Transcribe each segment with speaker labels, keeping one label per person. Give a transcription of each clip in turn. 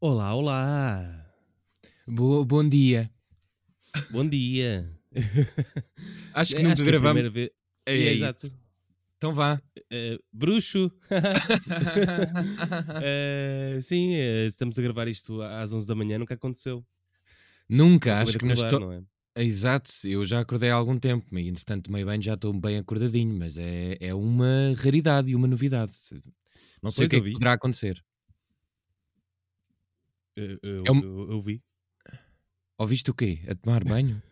Speaker 1: Olá, olá.
Speaker 2: Bo- bom dia.
Speaker 1: Bom dia.
Speaker 2: Acho que nunca
Speaker 1: é a
Speaker 2: gravamos.
Speaker 1: primeira vez.
Speaker 2: Ei,
Speaker 1: É,
Speaker 2: ei,
Speaker 1: exato.
Speaker 2: Então vá.
Speaker 1: Eh, bruxo. Eh, sim, eh, estamos a gravar isto às 11 da manhã, nunca aconteceu.
Speaker 2: nunca,
Speaker 1: Acabei de
Speaker 2: acho que nós.
Speaker 1: acordar,
Speaker 2: to-
Speaker 1: não é?
Speaker 2: Exato, eu já acordei há algum tempo, mas entretanto, meio bem, já estou bem acordadinho, mas é, é uma raridade e uma novidade. Não sei
Speaker 1: Pois,
Speaker 2: o que, é
Speaker 1: eu
Speaker 2: que
Speaker 1: vi.
Speaker 2: poderá acontecer.
Speaker 1: Eh, Eu,
Speaker 2: É um-
Speaker 1: eu- eu vi.
Speaker 2: Ouviste o quê? A tomar banho?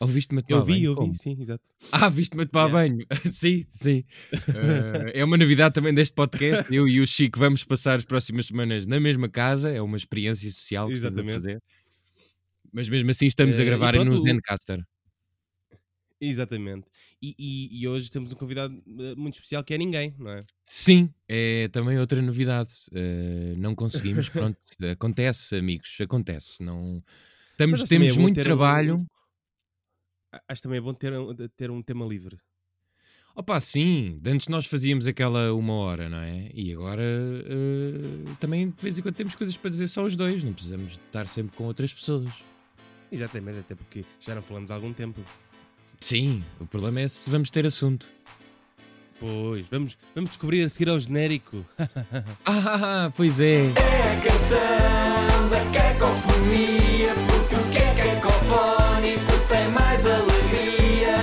Speaker 2: Ouviste-me a tomar
Speaker 1: Eu vi,
Speaker 2: banho?
Speaker 1: eu
Speaker 2: Como?
Speaker 1: vi, sim, exato.
Speaker 2: Ah, viste-me a tomar banho. sim, sim. Eh, é uma novidade também deste podcast. Eu e o Chico vamos passar as próximas semanas na mesma casa. É uma experiência social que estamos a
Speaker 1: Exatamente.
Speaker 2: fazer. Mas mesmo assim estamos
Speaker 1: Eh,
Speaker 2: a
Speaker 1: e
Speaker 2: gravar
Speaker 1: pronto,
Speaker 2: nos
Speaker 1: o-
Speaker 2: Zencaster.
Speaker 1: Exatamente. E, e- e hoje temos um convidado eh, muito especial que é ninguém, não é?
Speaker 2: Sim, é também outra novidade. Eh, não conseguimos, pronto. acontece, amigos, acontece. Não... Estamos,
Speaker 1: Mas também é
Speaker 2: temos
Speaker 1: bom
Speaker 2: muito
Speaker 1: ter um-
Speaker 2: trabalho.
Speaker 1: A- Acho também é bom ter um, ter um tema livre.
Speaker 2: Opa, sim, de antes nós fazíamos aquela uma hora, não é? E agora eh, também de vez em quando temos coisas para dizer só os dois, não precisamos estar sempre com outras pessoas.
Speaker 1: Exatamente, até porque já não falamos há algum tempo.
Speaker 2: Sim, o problema é se vamos ter assunto.
Speaker 1: Pois, vamos, vamos descobrir a seguir ao genérico.
Speaker 2: Ah, pois é.
Speaker 3: É a canção da cacofonia, porque o que é cacofónico tem mais alegria.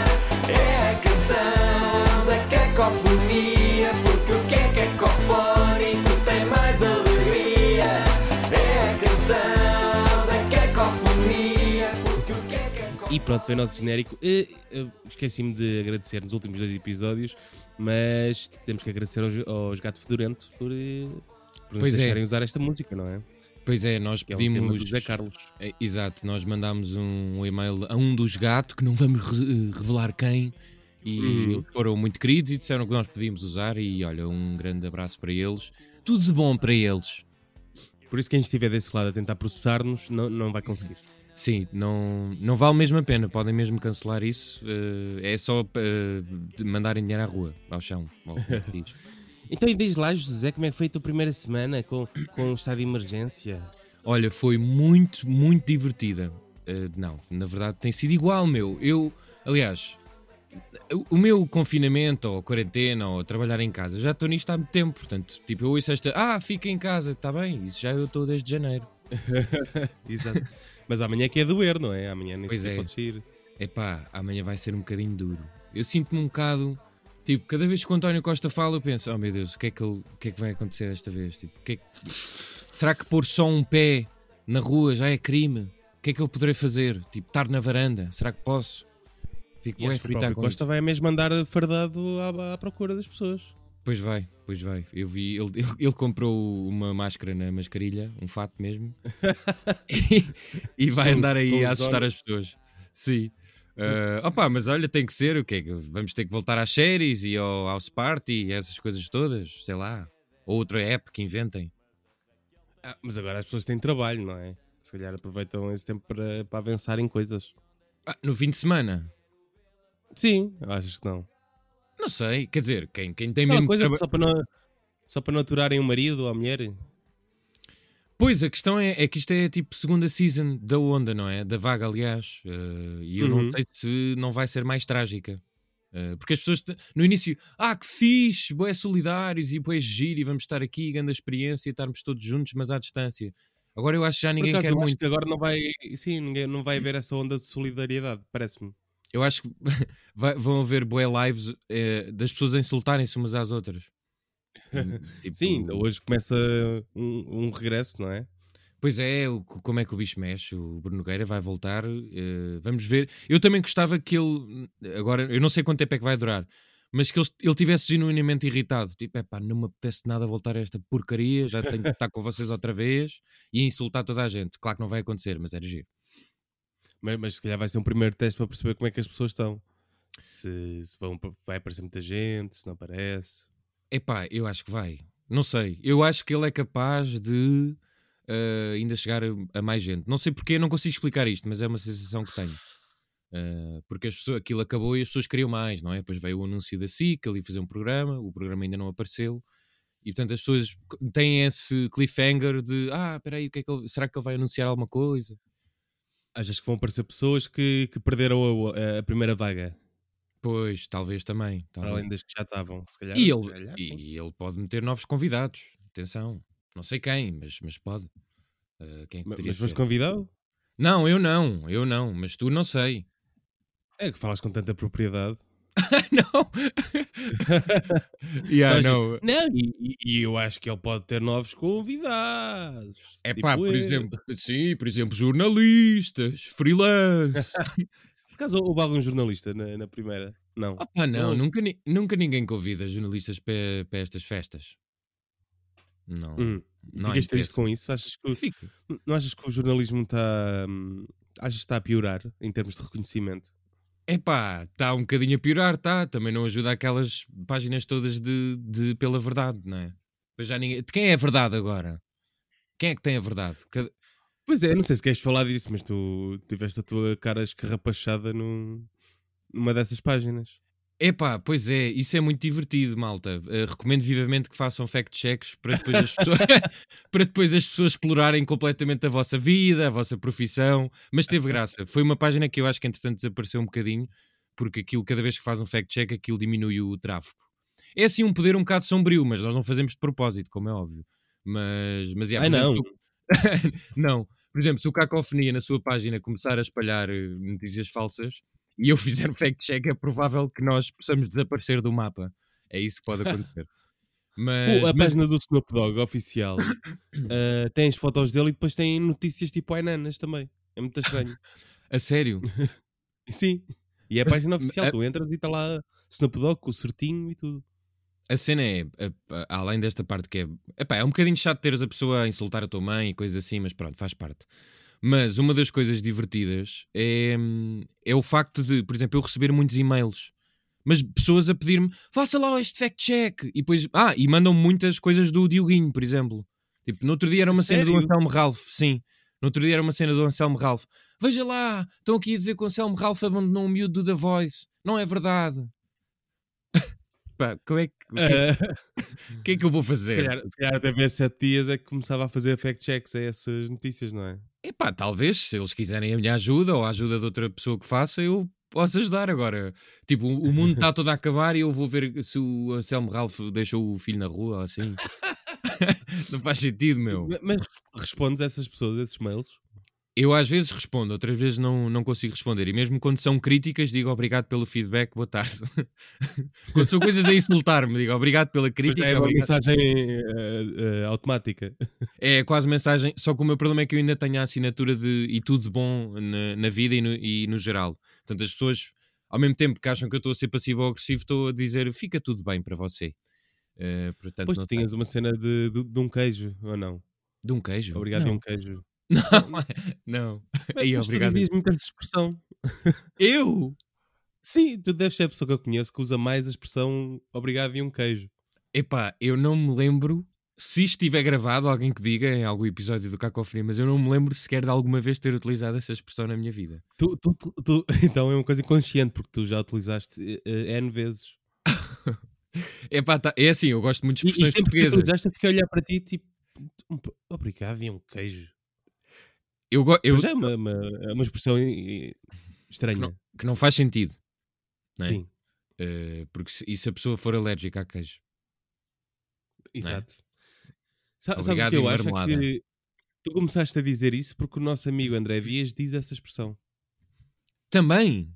Speaker 3: É a canção da cacofonia, porque o que é cacofónico tem mais alegria. É a canção da cacofonia, porque o que é cacofónico.
Speaker 1: E pronto, foi o nosso genérico. Eh, eh, Esqueci-me de agradecer nos últimos dois episódios, mas temos que agradecer aos, aos Gato Fedorento por, eh, por nos
Speaker 2: Pois é.
Speaker 1: deixarem usar esta música, não é?
Speaker 2: Pois é, nós
Speaker 1: Que é um tema do
Speaker 2: pedimos.
Speaker 1: José Carlos.
Speaker 2: Eh, Exato, nós mandámos um e-mail a um dos gatos, que não vamos re- eh, revelar quem, e
Speaker 1: Hum.
Speaker 2: eles foram muito queridos e disseram que nós podíamos usar. E olha, um grande abraço para eles. Tudo de bom para eles.
Speaker 1: Por isso, quem estiver desse lado a tentar processar-nos não, não vai conseguir.
Speaker 2: Sim, não, não vale mesmo a pena, podem mesmo cancelar isso. eh, é só eh, de mandarem dinheiro à rua, ao chão. ou como é que se diz.
Speaker 1: Então, e diz lá, José, como é que foi a tua primeira semana com, com o estado de emergência?
Speaker 2: Olha, foi muito, muito divertida. Eh, não, na verdade tem sido igual, meu. Eu, aliás, o- o meu confinamento ou quarentena ou trabalhar em casa, eu já estou nisto há muito tempo. Portanto, tipo, eu ouço esta, ah, fica em casa, está bem, isso já eu estou desde janeiro.
Speaker 1: Exato. mas amanhã é que é doer, não é? Amanhã nem
Speaker 2: Pois
Speaker 1: sequer
Speaker 2: é.
Speaker 1: podes ir.
Speaker 2: Epá, amanhã vai ser um bocadinho duro. Eu sinto-me um bocado, tipo, cada vez que o António Costa fala, eu penso, oh meu Deus, o que é que, ele- o que, é que vai acontecer desta vez? Tipo, o que é que- Será que pôr só um pé na rua já é crime? O que é que eu poderei fazer? Tipo, estar na varanda, será que posso?
Speaker 1: E
Speaker 2: Fico bem a
Speaker 1: acho que o
Speaker 2: fritar
Speaker 1: próprio
Speaker 2: com isto.
Speaker 1: Costa vai mesmo andar fardado à, à procura das pessoas.
Speaker 2: Pois vai, pois vai. Eu vi, ele, ele, ele comprou uma máscara na mascarilha, um fato mesmo, e, e vai
Speaker 1: Com-
Speaker 2: andar aí
Speaker 1: com
Speaker 2: a
Speaker 1: os
Speaker 2: assustar
Speaker 1: olhos.
Speaker 2: as pessoas. Sim. Ah, opa, mas olha, tem que ser, o que é que vamos ter que voltar às séries e ao house party e essas coisas todas, sei lá. Ou outra app que inventem.
Speaker 1: Ah, mas agora as pessoas têm trabalho, não é? Se calhar aproveitam esse tempo para, para avançar em coisas.
Speaker 2: Ah, no fim de semana?
Speaker 1: Sim, achas que não?
Speaker 2: Não sei, quer dizer, quem, quem tem
Speaker 1: Aquela
Speaker 2: mesmo
Speaker 1: coisa
Speaker 2: traba-
Speaker 1: só para não. Só para não aturarem o marido ou a mulher.
Speaker 2: Pois, a questão é, é que isto é tipo segunda season da onda, não é? Da vaga, aliás. Eh, E eu não
Speaker 1: Uhum.
Speaker 2: sei se não vai ser mais trágica. Eh, porque as pessoas te- no início, ah, que fixe, boé solidários e boé giro e vamos estar aqui, grande experiência e estarmos todos juntos, mas à distância. Agora eu acho que já ninguém
Speaker 1: Por acaso,
Speaker 2: quer
Speaker 1: eu acho
Speaker 2: muito.
Speaker 1: que agora não vai. Sim, ninguém, não vai haver essa onda de solidariedade, parece-me.
Speaker 2: Eu acho que vai- vão haver boé lives eh, das pessoas a insultarem-se umas às outras. Hum, tipo,
Speaker 1: Sim, ainda hoje começa um, um regresso, não é?
Speaker 2: Pois é, o- como é que o bicho mexe? O Bruno Nogueira vai voltar. eh, vamos ver. Eu também gostava que ele. Agora, eu não sei quanto tempo é que vai durar, mas que ele, ele tivesse genuinamente irritado. Tipo, é pá, não me apetece nada voltar a esta porcaria. Já tenho que estar com vocês outra vez e insultar toda a gente. Claro que não vai acontecer, mas era giro.
Speaker 1: Mas, mas se calhar vai ser um primeiro teste para perceber como é que as pessoas estão. Se, se vão, vai aparecer muita gente, se não aparece.
Speaker 2: Epá, eu acho que vai. Não sei. Eu acho que ele é capaz de eh, ainda chegar a, a mais gente. Não sei porque, não consigo explicar isto, mas é uma sensação que tenho. Eh, porque as pessoas, aquilo acabou e as pessoas queriam mais, não é? Depois veio o anúncio da SIC, ali fazer um programa, o programa ainda não apareceu. E portanto as pessoas têm esse cliffhanger de ah, peraí, o que é que ele- será que ele vai anunciar alguma coisa?
Speaker 1: Achas que vão aparecer pessoas que, que perderam a, a primeira vaga,
Speaker 2: Pois, talvez também.
Speaker 1: para
Speaker 2: talvez.
Speaker 1: além das que já estavam, se calhar.
Speaker 2: Uhum. E
Speaker 1: se
Speaker 2: ele,
Speaker 1: calhar, sim.
Speaker 2: e ele pode meter novos convidados. Atenção, não sei quem, mas, mas pode. Ah, quem é que
Speaker 1: Mas,
Speaker 2: poderia
Speaker 1: mas foste
Speaker 2: ser?
Speaker 1: convidado?
Speaker 2: Não, eu não, eu não, mas tu não sei. Ah,
Speaker 1: É que falas com tanta propriedade.
Speaker 2: não! yeah,
Speaker 1: Mas-
Speaker 2: não.
Speaker 1: Não, e, e- e eu acho que ele pode ter novos convidados.
Speaker 2: É
Speaker 1: Tipo
Speaker 2: pá, por
Speaker 1: eu.
Speaker 2: exemplo, sim, por exemplo, jornalistas, freelance.
Speaker 1: Por acaso houve algum jornalista na, na primeira? Não.
Speaker 2: Ah, pá, não,
Speaker 1: Não.
Speaker 2: nunca, ni- nunca ninguém convida jornalistas para para estas festas. Não,
Speaker 1: Hum.
Speaker 2: não há
Speaker 1: Ficas triste
Speaker 2: interesse.
Speaker 1: com isso? Achas que, o-
Speaker 2: Fica.
Speaker 1: não achas que o jornalismo está. hum, Achas que está a piorar em termos de reconhecimento?
Speaker 2: Epá, está um bocadinho a piorar, tá? Também não ajuda aquelas páginas todas de, de pela verdade, não é? Pois já ninguém... De quem é a verdade agora? Quem é que tem a verdade? Cada-
Speaker 1: Pois é, eu não sei se queres falar disso, mas tu tiveste a tua cara escarrapachada num- numa dessas páginas.
Speaker 2: Epá, pois é, isso é muito divertido, malta. Eh, recomendo vivamente que façam fact-checks para depois as pessoas para depois as pessoas explorarem completamente a vossa vida, a vossa profissão, mas teve graça. Foi uma página que eu acho que entretanto desapareceu um bocadinho, porque aquilo cada vez que faz um fact-check, aquilo diminui o tráfego. É assim um poder um bocado sombrio, mas nós não fazemos de propósito, como é óbvio. Mas, mas é,
Speaker 1: Ai,
Speaker 2: por
Speaker 1: não.
Speaker 2: exemplo, se o- não. Por exemplo, se o Cacofonia na sua página começar a espalhar eh, notícias falsas e eu fizer um fact-check, é provável que nós possamos desaparecer do mapa. É isso que pode acontecer. Mas,
Speaker 1: Pô, a
Speaker 2: mas-
Speaker 1: página do Snoop Dogg oficial eh, tem as fotos dele e depois tem notícias tipo Ainanas também. É muito estranho.
Speaker 2: a sério,
Speaker 1: Sim. E é a
Speaker 2: Mas- eh,
Speaker 1: página oficial.
Speaker 2: mas-
Speaker 1: Tu entras e está lá Snoop Dogg com o certinho e tudo.
Speaker 2: A cena é, a- a- além desta parte que é. Epá, é um bocadinho chato teres a pessoa a insultar a tua mãe e coisas assim, mas pronto, faz parte. Mas uma das coisas divertidas é, hum, é o facto de, por exemplo, eu receber muitos e-mails, mas pessoas a pedir-me faça lá este fact-check. E depois. Ah, e mandam muitas coisas do Dioguinho, por exemplo. Tipo, no outro dia era uma cena do
Speaker 1: Sério?
Speaker 2: Anselmo Ralph, sim. No outro dia era uma cena do Anselmo Ralph. Veja lá, estão aqui a dizer que o Anselmo Ralph abandonou o miúdo do The Voice. Não é verdade. Pá, como é que. o que é que-
Speaker 1: Eh,
Speaker 2: o que é que eu vou
Speaker 1: se,
Speaker 2: fazer?
Speaker 1: calhar, se calhar até ver sete dias é que começava a fazer fact-checks a essas notícias, não é?
Speaker 2: Epá, talvez, se eles quiserem a minha ajuda ou a ajuda de outra pessoa que faça, eu posso ajudar agora. Tipo, o o mundo está todo a acabar e eu vou ver se o Anselmo Ralph deixou o filho na rua ou assim. Não faz sentido, meu.
Speaker 1: Ma- Mas respondes a essas pessoas, a esses mails?
Speaker 2: Eu às vezes respondo, outras vezes não, não consigo responder. E mesmo quando são críticas, digo obrigado pelo feedback, boa tarde. quando são coisas a insultar-me, digo obrigado pela
Speaker 1: Mas
Speaker 2: crítica.
Speaker 1: é uma
Speaker 2: obrigado-
Speaker 1: mensagem eh, eh, automática.
Speaker 2: É quase mensagem, só que o meu problema é que eu ainda tenho a assinatura de e tudo de bom na, na vida e no, e no geral. Portanto, as pessoas, ao mesmo tempo que acham que eu estou a ser passivo ou agressivo, estou a dizer fica tudo bem para você. Eh, portanto,
Speaker 1: Depois
Speaker 2: não
Speaker 1: tu
Speaker 2: sei.
Speaker 1: tinhas uma cena de, de, de um queijo, ou não?
Speaker 2: De um queijo?
Speaker 1: Obrigado,
Speaker 2: não.
Speaker 1: é um queijo.
Speaker 2: Não, não. Aí,
Speaker 1: mas
Speaker 2: obrigado.
Speaker 1: tu dizias muita expressão.
Speaker 2: Eu?
Speaker 1: Sim, tu deves ser a pessoa que eu conheço que usa mais a expressão obrigado e um queijo.
Speaker 2: Epá, eu não me lembro. Se estiver gravado, alguém que diga em algum episódio do Cacofonia, mas eu não me lembro sequer de alguma vez ter utilizado essa expressão na minha vida.
Speaker 1: Tu, tu- tu- tu- então é uma coisa inconsciente, porque tu já utilizaste eh, eh, N vezes.
Speaker 2: Epá, tá- é assim, eu gosto muito
Speaker 1: E,
Speaker 2: de
Speaker 1: e
Speaker 2: expressões
Speaker 1: Tipo, sempre que tu
Speaker 2: portuguesas.
Speaker 1: utilizaste, eu fiquei a olhar para ti tipo um p- obrigado e um queijo.
Speaker 2: Eu, go- eu,
Speaker 1: Mas é uma, uma, é uma expressão eh, estranha.
Speaker 2: que não faz sentido. não é?
Speaker 1: Sim,
Speaker 2: Uh, porque se, e se a pessoa for alérgica a queijo?
Speaker 1: exato. Sa- Sabes
Speaker 2: Obrigado
Speaker 1: o que eu
Speaker 2: e
Speaker 1: acho? É
Speaker 2: marmelada.
Speaker 1: que tu começaste a dizer isso porque o nosso amigo André Dias diz essa expressão.
Speaker 2: Também!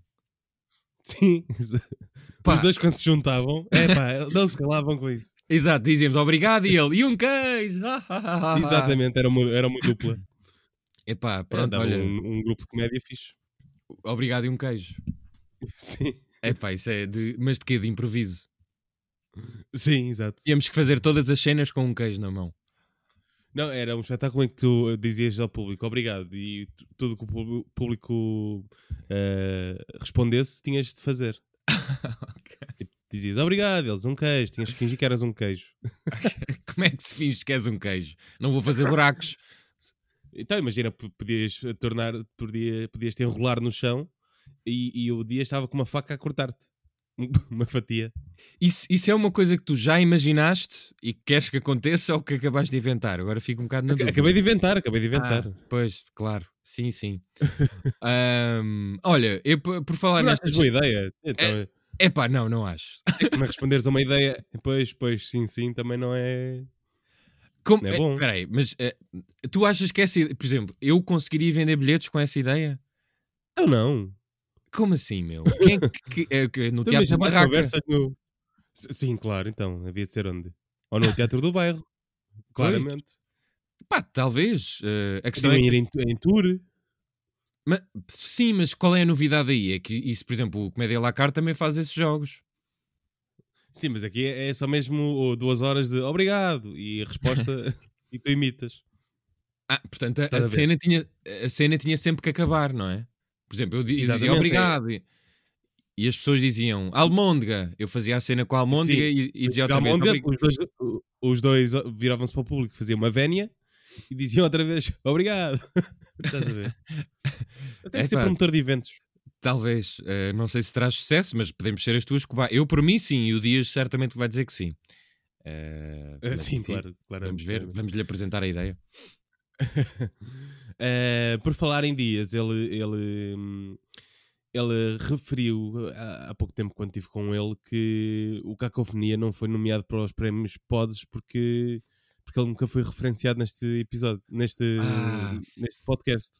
Speaker 1: Sim,
Speaker 2: Pá.
Speaker 1: os dois quando se juntavam, é pá, não se calavam com isso.
Speaker 2: Exato, dizíamos obrigado e ele, e um queijo! Ah,
Speaker 1: Exatamente, era uma, era uma dupla.
Speaker 2: Epá,
Speaker 1: Pronto,
Speaker 2: pronto, olha,
Speaker 1: um, um grupo de comédia fixe.
Speaker 2: obrigado e um queijo.
Speaker 1: Sim,
Speaker 2: Epá, isso é de. Mas de quê? De improviso.
Speaker 1: sim, exato.
Speaker 2: Tínhamos que fazer todas as cenas com um queijo na mão.
Speaker 1: Não, era um espetáculo em que tu eh, dizias ao público obrigado e tu- tudo que o pub- público eh, respondesse tinhas de fazer. Tipo, dizias obrigado, eles um queijo, tinhas de fingir que eras um queijo.
Speaker 2: Como é que se finge que és um queijo? Não vou fazer buracos.
Speaker 1: Então imagina, p- podias tornar, podia, podias te enrolar no chão e, e o dia estava com uma faca a cortar-te. uma fatia.
Speaker 2: Isso, isso é uma coisa que tu já imaginaste e que queres que aconteça ou que acabaste de inventar? Agora fico um bocado na dúvida.
Speaker 1: Acabei de inventar, acabei de inventar.
Speaker 2: Ah, pois, claro. Sim, sim. Ahm, olha, eu, por por falar
Speaker 1: não achas
Speaker 2: nestas...
Speaker 1: boa ideia? Então, é...
Speaker 2: Epá, não, não acho.
Speaker 1: que me responderes a uma ideia, pois, pois, sim, sim, também não é.
Speaker 2: Como-
Speaker 1: Não é
Speaker 2: eh,
Speaker 1: bom.
Speaker 2: peraí, mas eh, tu achas que essa ideia... Por exemplo, eu conseguiria vender bilhetes com essa ideia?
Speaker 1: Eu Então não.
Speaker 2: Como assim, meu? Quem é que, que- eh, que- no
Speaker 1: Tu
Speaker 2: Teatro da
Speaker 1: imagina uma
Speaker 2: Barraca?
Speaker 1: conversa no- S- Sim, claro, então, havia de ser onde? Ou no Teatro do Bairro, claramente.
Speaker 2: Pá, talvez. eh, a questão
Speaker 1: Podiam
Speaker 2: é
Speaker 1: ir em, em tour.
Speaker 2: Mas- sim, mas qual é a novidade aí? É que isso, por exemplo, o Comédia La Carte também faz esses jogos.
Speaker 1: Sim, mas aqui é, é só mesmo oh, duas horas de obrigado e a resposta e tu imitas.
Speaker 2: Ah, portanto, a, a
Speaker 1: Estás a ver?
Speaker 2: cena tinha, a cena tinha sempre que acabar, não é? Por exemplo, eu di- eu dizia
Speaker 1: Exatamente, é.
Speaker 2: obrigado e, e as pessoas diziam almôndega. Eu fazia a cena com a almôndega
Speaker 1: Sim,
Speaker 2: e, e dizia
Speaker 1: Mas
Speaker 2: outra
Speaker 1: à
Speaker 2: vez
Speaker 1: monga,
Speaker 2: obrigado.
Speaker 1: os dois, o- os dois viravam-se para o público, faziam uma vénia e diziam outra vez obrigado. Estás a ver? Eu tenho
Speaker 2: É
Speaker 1: que ser
Speaker 2: pá.
Speaker 1: promotor de eventos.
Speaker 2: Talvez, eh, não sei se terás sucesso, mas podemos ser as tuas cobaias. Eu, por mim, sim, e o Dias certamente vai dizer que sim. Eh,
Speaker 1: Ah,
Speaker 2: mas,
Speaker 1: Sim,
Speaker 2: enfim,
Speaker 1: claro. claro
Speaker 2: Vamos ver, vamos lhe apresentar a ideia.
Speaker 1: Eh, por falar em dias, ele, ele, hum, ele referiu há, há pouco tempo, quando estive com ele, que o Cacofonia não foi nomeado para os prémios Pods porque, porque ele nunca foi referenciado neste episódio, neste,
Speaker 2: Ah.
Speaker 1: neste podcast.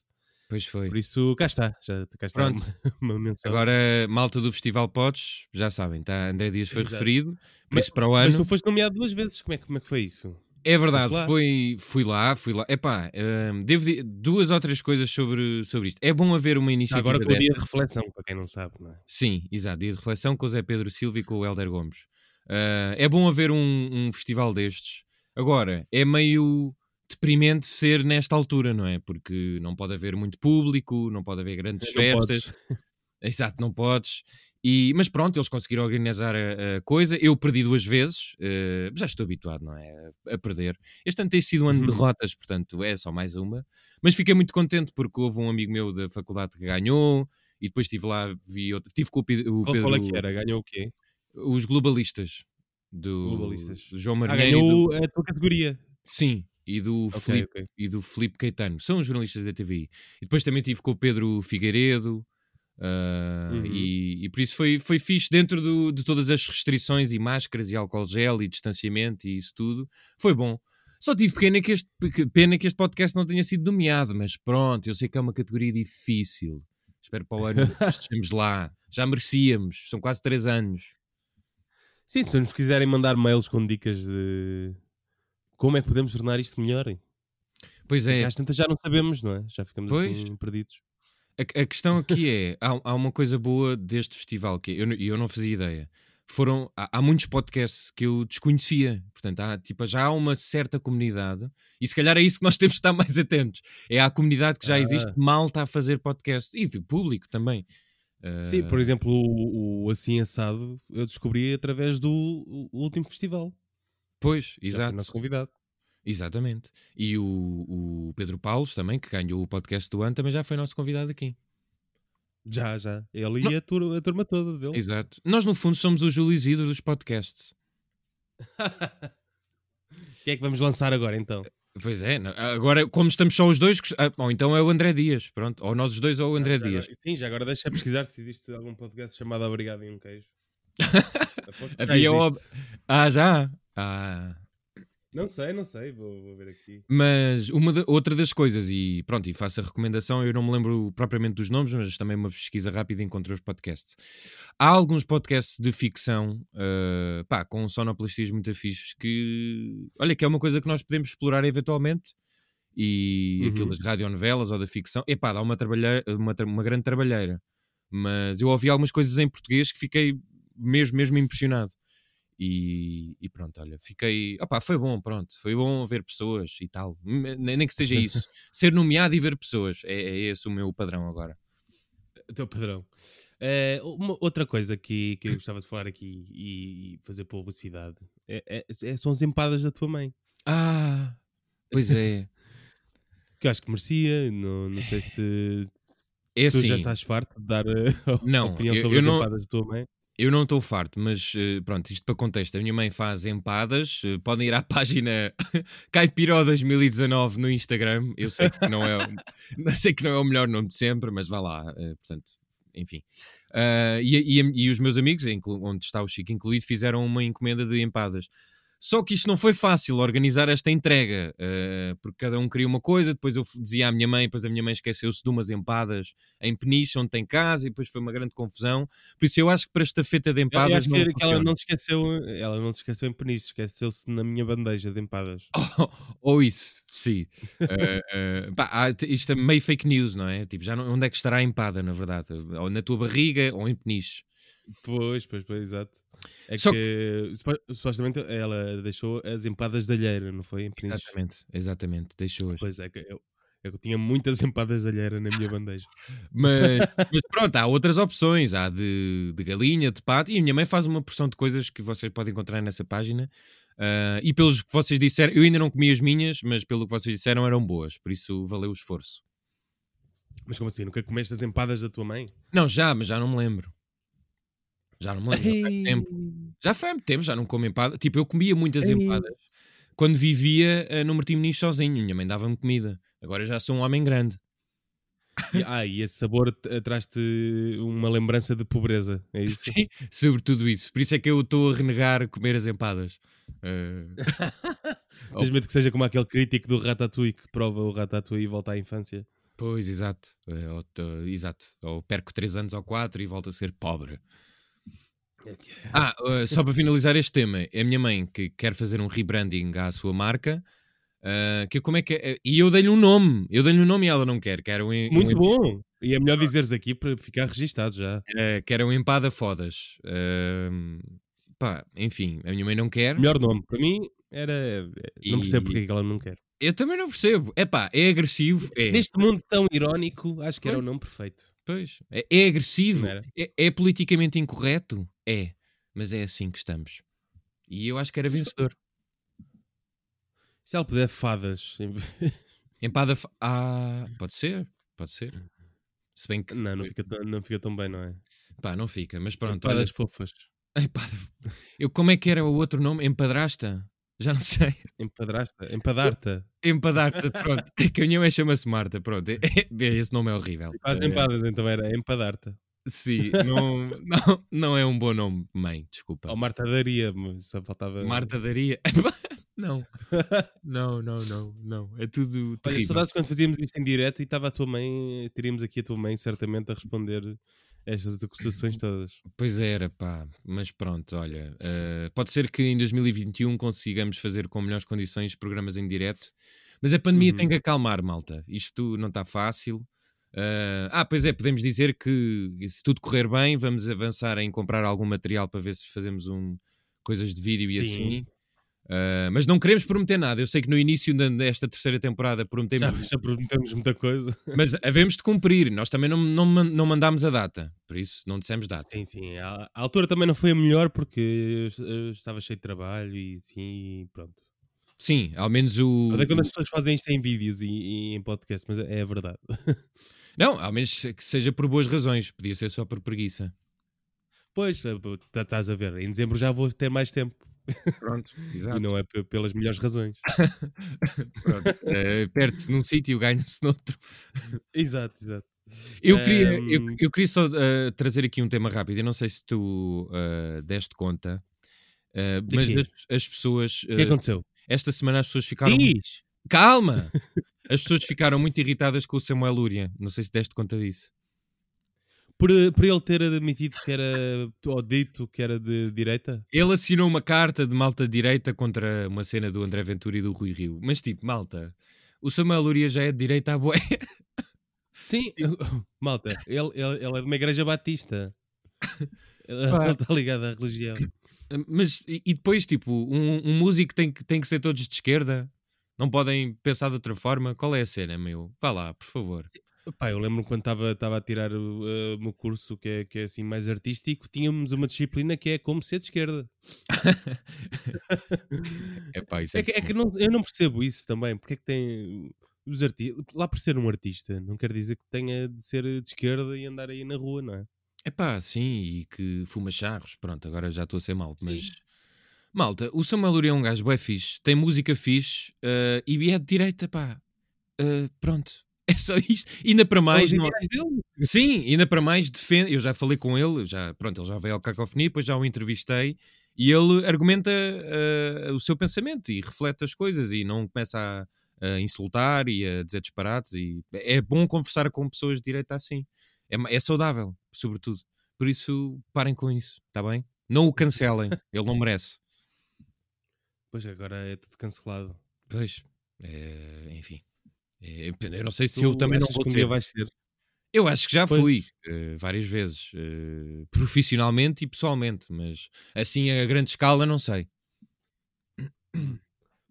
Speaker 2: Pois foi.
Speaker 1: Por isso, cá está. Já, cá está
Speaker 2: Pronto.
Speaker 1: Uma, uma menção.
Speaker 2: Agora, malta do Festival Podes, já sabem, tá? André Dias foi
Speaker 1: Exato.
Speaker 2: referido, por
Speaker 1: Mas-
Speaker 2: isso para o ano.
Speaker 1: Mas tu foste nomeado duas vezes. Como é, que- como é que foi isso?
Speaker 2: É verdade,
Speaker 1: foste lá?
Speaker 2: Foi, fui lá, fui lá. Epá, hum, devo dizer duas ou três coisas sobre, sobre isto. É bom haver uma iniciativa
Speaker 1: Tá, Agora com o dia de
Speaker 2: desta.
Speaker 1: reflexão, para quem não sabe, não é?
Speaker 2: Sim, exato, dia de reflexão com o Zé Pedro Silva e com o Helder Gomes. Ah, é bom haver um, um festival destes. Agora, é meio deprimente ser nesta altura, não é? Porque não pode haver muito público, não pode haver grandes
Speaker 1: É, Não
Speaker 2: festas.
Speaker 1: podes.
Speaker 2: Exato, não podes. E, mas pronto, eles conseguiram organizar a, a coisa. Eu perdi duas vezes, eh, já estou habituado, não é? A perder. Este ano tem sido um ano de derrotas, portanto é só mais uma. Mas fiquei muito contente porque houve um amigo meu da faculdade que ganhou e depois estive lá, vi outro. Estive com o, Pe- o
Speaker 1: Qual,
Speaker 2: Pedro.
Speaker 1: qual é que era? Ganhou o quê?
Speaker 2: Os globalistas do
Speaker 1: Globalistas.
Speaker 2: do João
Speaker 1: Ah,
Speaker 2: Marinheiro. e do-
Speaker 1: ganhou a tua categoria.
Speaker 2: Sim, e do
Speaker 1: Ok,
Speaker 2: Filipe
Speaker 1: ok.
Speaker 2: e do Filipe Caetano, são os jornalistas da TVI. E depois também tive com o Pedro Figueiredo, ah,
Speaker 1: Uhum.
Speaker 2: e, e por isso foi, foi fixe dentro do- de todas as restrições e máscaras e álcool gel e distanciamento e isso tudo. Foi bom. Só tive pena que este, que- pena que este podcast não tenha sido nomeado, mas pronto, eu sei que é uma categoria difícil. Espero para o ano que estejamos lá. Já merecíamos, são quase três anos.
Speaker 1: Sim, se nos quiserem mandar mails com dicas de como é que podemos tornar isto melhor,
Speaker 2: Pois é,
Speaker 1: às tantas já não sabemos, não é? Já ficamos
Speaker 2: Pois.
Speaker 1: assim perdidos.
Speaker 2: A, a questão aqui é: há, há uma coisa boa deste festival que é, eu, n- eu não fazia ideia. Foram, há, há muitos podcasts que eu desconhecia, portanto, há, tipo, já há uma certa comunidade, e se calhar é isso que nós temos de estar mais atentos. É à comunidade que já
Speaker 1: Ah.
Speaker 2: existe, malta a fazer podcasts e de público também. Ah,
Speaker 1: Sim, por exemplo, o, o Assim Assado eu descobri através do o- o último festival.
Speaker 2: Pois,
Speaker 1: Já foi
Speaker 2: exato.
Speaker 1: nosso convidado.
Speaker 2: Exatamente. E o, o Pedro Paulos também, que ganhou o podcast do ano, também já foi nosso convidado aqui.
Speaker 1: Já, já. Ele
Speaker 2: Não.
Speaker 1: e a turma, a turma toda dele.
Speaker 2: Exato. Nós, no fundo, somos o Júlio Isidro dos podcasts.
Speaker 1: O que é que vamos lançar agora então?
Speaker 2: Pois é, não- agora como estamos só os dois, ah, ou então é o André Dias, pronto, ou nós os dois ou o André
Speaker 1: Ah, Já
Speaker 2: Dias.
Speaker 1: agora- sim, já agora deixa pesquisar se existe algum podcast chamado Obrigado e um Queijo. Aposto que já
Speaker 2: Havia o-
Speaker 1: existe.
Speaker 2: Ah, já? Ah.
Speaker 1: Não sei, não sei, vou, vou ver aqui.
Speaker 2: Mas uma da- outra das coisas, e pronto, e faço a recomendação, eu não me lembro propriamente dos nomes, mas também uma pesquisa rápida encontrei os podcasts. Há alguns podcasts de ficção, ah, pá, com sonoplastias muito afixos que, olha, que é uma coisa que nós podemos explorar eventualmente, e
Speaker 1: Uhum.
Speaker 2: aquilo das radionovelas ou da ficção, epá, dá uma, trabalheira, uma, tra- uma grande trabalheira. Mas eu ouvi algumas coisas em português que fiquei mesmo, mesmo impressionado. E, e pronto, olha, fiquei. Opá, foi bom, pronto, foi bom ver pessoas e tal. Nem, nem que seja isso. Ser nomeado e ver pessoas. É, é esse o meu padrão agora.
Speaker 1: O teu padrão. Então, Eh, uma outra coisa que, que eu gostava de falar aqui e, e fazer publicidade é- é- é- são as empadas da tua mãe.
Speaker 2: Ah, pois é.
Speaker 1: Que eu acho que merecia, não, não sei se,
Speaker 2: É
Speaker 1: se tu já
Speaker 2: assim.
Speaker 1: estás farto de dar eh, a
Speaker 2: Não,
Speaker 1: opinião
Speaker 2: eu-
Speaker 1: sobre
Speaker 2: eu
Speaker 1: as
Speaker 2: não-
Speaker 1: empadas da tua mãe.
Speaker 2: Eu não estou farto, mas eh, pronto, isto para contexto. A minha mãe faz empadas. eh, Podem ir à página Caipiró 2019 no Instagram. Eu sei que não é, o- sei que não é o melhor nome de sempre, mas vá lá. eh, Portanto, enfim. Ah, e, e- e os meus amigos, inclu- onde está o Chico incluído, fizeram uma encomenda de empadas. Só que isto não foi fácil organizar esta entrega, ah, porque cada um queria uma coisa, depois eu f- dizia à minha mãe, depois a minha mãe esqueceu-se de umas empadas em Peniche, onde tem casa, e depois foi uma grande confusão. Por isso eu acho que para esta feta de
Speaker 1: Eu- eu
Speaker 2: empadas
Speaker 1: acho
Speaker 2: não
Speaker 1: que, que ela
Speaker 2: funciona.
Speaker 1: não se esqueceu, ela não se esqueceu em Peniche, esqueceu-se na minha bandeja de empadas.
Speaker 2: Ou isso, sim. Uh, uh, pá, há- t- isto é meio fake news, não é? Tipo, já não- onde é que estará a empada, na verdade? Ou na tua barriga ou em peniche.
Speaker 1: Pois, pois, pois, exato. É
Speaker 2: Só
Speaker 1: que, supo- supostamente ela deixou as empadas de alheira, não foi? Em Peniche.
Speaker 2: Exatamente, exatamente, deixou-as.
Speaker 1: Pois é, que eu, eu tinha muitas empadas de alheira na minha bandeja.
Speaker 2: Mas, mas pronto, há outras opções. Há de, de galinha, de pato. E a minha mãe faz uma porção de coisas que vocês podem encontrar nessa página. Ah, e pelos que vocês disseram, eu ainda não comi as minhas, mas pelo que vocês disseram eram boas. Por isso valeu o esforço.
Speaker 1: Mas como assim? Nunca comeste as empadas da tua mãe?
Speaker 2: Não, já, mas já não me lembro. Já não me lembro. já foi há muito tempo. Já foi há muito tempo, já não como empada. Tipo, eu comia muitas
Speaker 1: Ei.
Speaker 2: empadas quando vivia eh, no Martim Muniz sozinho. Minha mãe dava-me comida. Agora já sou um homem grande.
Speaker 1: E- ah, e esse sabor t- traz-te uma lembrança de pobreza, é isso?
Speaker 2: Sim, sobretudo isso. Por isso é que eu estou a renegar comer as empadas. Eh,
Speaker 1: Tens medo que seja como aquele crítico do Ratatouille que prova o Ratatouille e volta à infância.
Speaker 2: pois, exato. Eh, ou t- exato. Ou perco 3 anos ou 4 e volto a ser pobre.
Speaker 1: É
Speaker 2: Ah, eh, só para finalizar este tema, é a minha mãe que quer fazer um rebranding à sua marca. eh, que como é que é? E eu dei-lhe um nome, eu dei-lhe um nome e ela não quer. Quero um, um
Speaker 1: Muito bom! E é melhor dizeres aqui para ficar registado já.
Speaker 2: Eh, que era um empada fodas. Ahm, pá, enfim, a minha mãe não quer.
Speaker 1: Melhor nome. Para mim era. Não percebo porque é que ela não quer.
Speaker 2: Eu também não percebo. É pá, é agressivo. É,
Speaker 1: Neste mundo tão irónico, acho que era o nome perfeito.
Speaker 2: pois, é, é agressivo.
Speaker 1: Não era?
Speaker 2: É, é politicamente incorreto. É, mas é assim que estamos. E eu acho que era vencedor.
Speaker 1: Se ela puder fadas.
Speaker 2: Empada. Fo- Ah, pode ser, pode ser. Se bem que.
Speaker 1: Não, não fica, tão- não fica tão bem, não é?
Speaker 2: Pá, não fica, mas pronto. olha-
Speaker 1: Fadas fofas.
Speaker 2: Empada fo- Eu, como é que era o outro nome? Empadrasta? Já não sei.
Speaker 1: Empadrasta. Empadarta.
Speaker 2: Empadar-te, pronto. É Que a minha mãe chama-se Marta, pronto. É- é- Esse nome é horrível.
Speaker 1: Faz
Speaker 2: É,
Speaker 1: empadas, então era empadarta.
Speaker 2: Sim, não, não, não é um bom nome, mãe, desculpa.
Speaker 1: Ou Marta daria, mas só faltava.
Speaker 2: Marta daria. Não, não, não, não, não. É tudo
Speaker 1: Olha,
Speaker 2: terrível.
Speaker 1: saudades quando fazíamos isto em direto e estava a tua mãe, teríamos aqui a tua mãe certamente a responder estas acusações todas.
Speaker 2: Pois era, pá. Mas pronto, olha. eh, pode ser que em 2021 consigamos fazer com melhores condições programas em direto. Mas a pandemia
Speaker 1: Uhum.
Speaker 2: tem que acalmar, malta. Isto não está fácil. Eh, ah, pois é, podemos dizer que se tudo correr bem, vamos avançar em comprar algum material para ver se fazemos um, coisas de vídeo e
Speaker 1: Sim.
Speaker 2: assim. Eh, mas não queremos prometer nada. Eu sei que no início da- desta terceira temporada prometemos
Speaker 1: Já, já perguntamos muita coisa.
Speaker 2: Mas havemos de cumprir. Nós também não, não, man- não mandámos a data. Por isso, não dissemos data.
Speaker 1: Sim, sim. A, a altura também não foi a melhor porque eu, es- eu estava cheio de trabalho e sim, e pronto.
Speaker 2: Sim, ao menos o.
Speaker 1: Até é quando as pessoas fazem isto em vídeos e, e em podcast, mas é a verdade.
Speaker 2: Não, ao menos se- que seja por boas razões. Podia ser só por preguiça.
Speaker 1: Pois, eh, tá- estás a ver, em dezembro já vou ter mais tempo
Speaker 2: Pronto,
Speaker 1: e não é pe- pelas melhores razões.
Speaker 2: eh, Perde-se num sítio, ganha-se noutro.
Speaker 1: exato, exato.
Speaker 2: Eu queria,
Speaker 1: Ahm.
Speaker 2: eu, eu queria só eh, trazer aqui um tema rápido. Eu não sei se tu eh, deste conta, eh,
Speaker 1: De
Speaker 2: mas
Speaker 1: quê?
Speaker 2: as, as pessoas.
Speaker 1: O
Speaker 2: eh,
Speaker 1: que aconteceu?
Speaker 2: esta semana as pessoas ficaram. muito-
Speaker 1: Diz!
Speaker 2: Calma! As pessoas ficaram muito irritadas com o Samuel Lúria. Não sei se deste conta disso.
Speaker 1: Por, por ele ter admitido que era, ou dito que era de direita?
Speaker 2: Ele assinou uma carta de malta de direita contra uma cena do André Ventura e do Rui Rio. Mas tipo, malta, o Samuel Luria já é de direita à boé.
Speaker 1: Sim, malta, ele, ele, ele é de uma igreja batista. Ele
Speaker 2: Pá.
Speaker 1: ele está ligado à religião.
Speaker 2: Mas, e e depois, tipo, um, um músico tem que, tem que ser todos de esquerda? Não podem pensar de outra forma? Qual é a cena, meu? Vá lá, por favor.
Speaker 1: Pá, eu lembro quando estava a tirar o eh, o meu curso, que é, que é assim mais artístico, tínhamos uma disciplina que é como ser de esquerda.
Speaker 2: É pá, isso
Speaker 1: É que, é que não- eu não percebo isso também. Porque é que tem. Os arti... Lá por ser um artista, não quer dizer que tenha de ser de esquerda e andar aí na rua, não é?
Speaker 2: É pá, sim, e que fuma charros. Pronto, agora já estou a ser mal, mas. Malta, o Samuel Luria é um gajo bué fixe, tem música fixe eh, e é de direita, pá. Eh, pronto, é só isto. Ainda para mais,
Speaker 1: São os
Speaker 2: não-
Speaker 1: ideais dele.
Speaker 2: Sim, ainda para mais defende. Eu já falei com ele, eu já, pronto, ele já veio ao Cacofonia, depois já o entrevistei e ele argumenta ah, o seu pensamento e reflete as coisas e não começa a, a insultar e a dizer disparates. E é bom conversar com pessoas de direita assim. É, ma- é saudável, sobretudo. Por isso, parem com isso, está bem? Não o cancelem, ele não merece.
Speaker 1: Pois agora é tudo cancelado.
Speaker 2: Pois, eh, enfim. Eh, eu não sei se eu
Speaker 1: Tu
Speaker 2: também não
Speaker 1: achas
Speaker 2: vou
Speaker 1: que um
Speaker 2: ter.
Speaker 1: dia vais ser.
Speaker 2: Eu acho que já
Speaker 1: Pois.
Speaker 2: fui eh, várias vezes, eh, profissionalmente e pessoalmente, mas assim a grande escala não sei.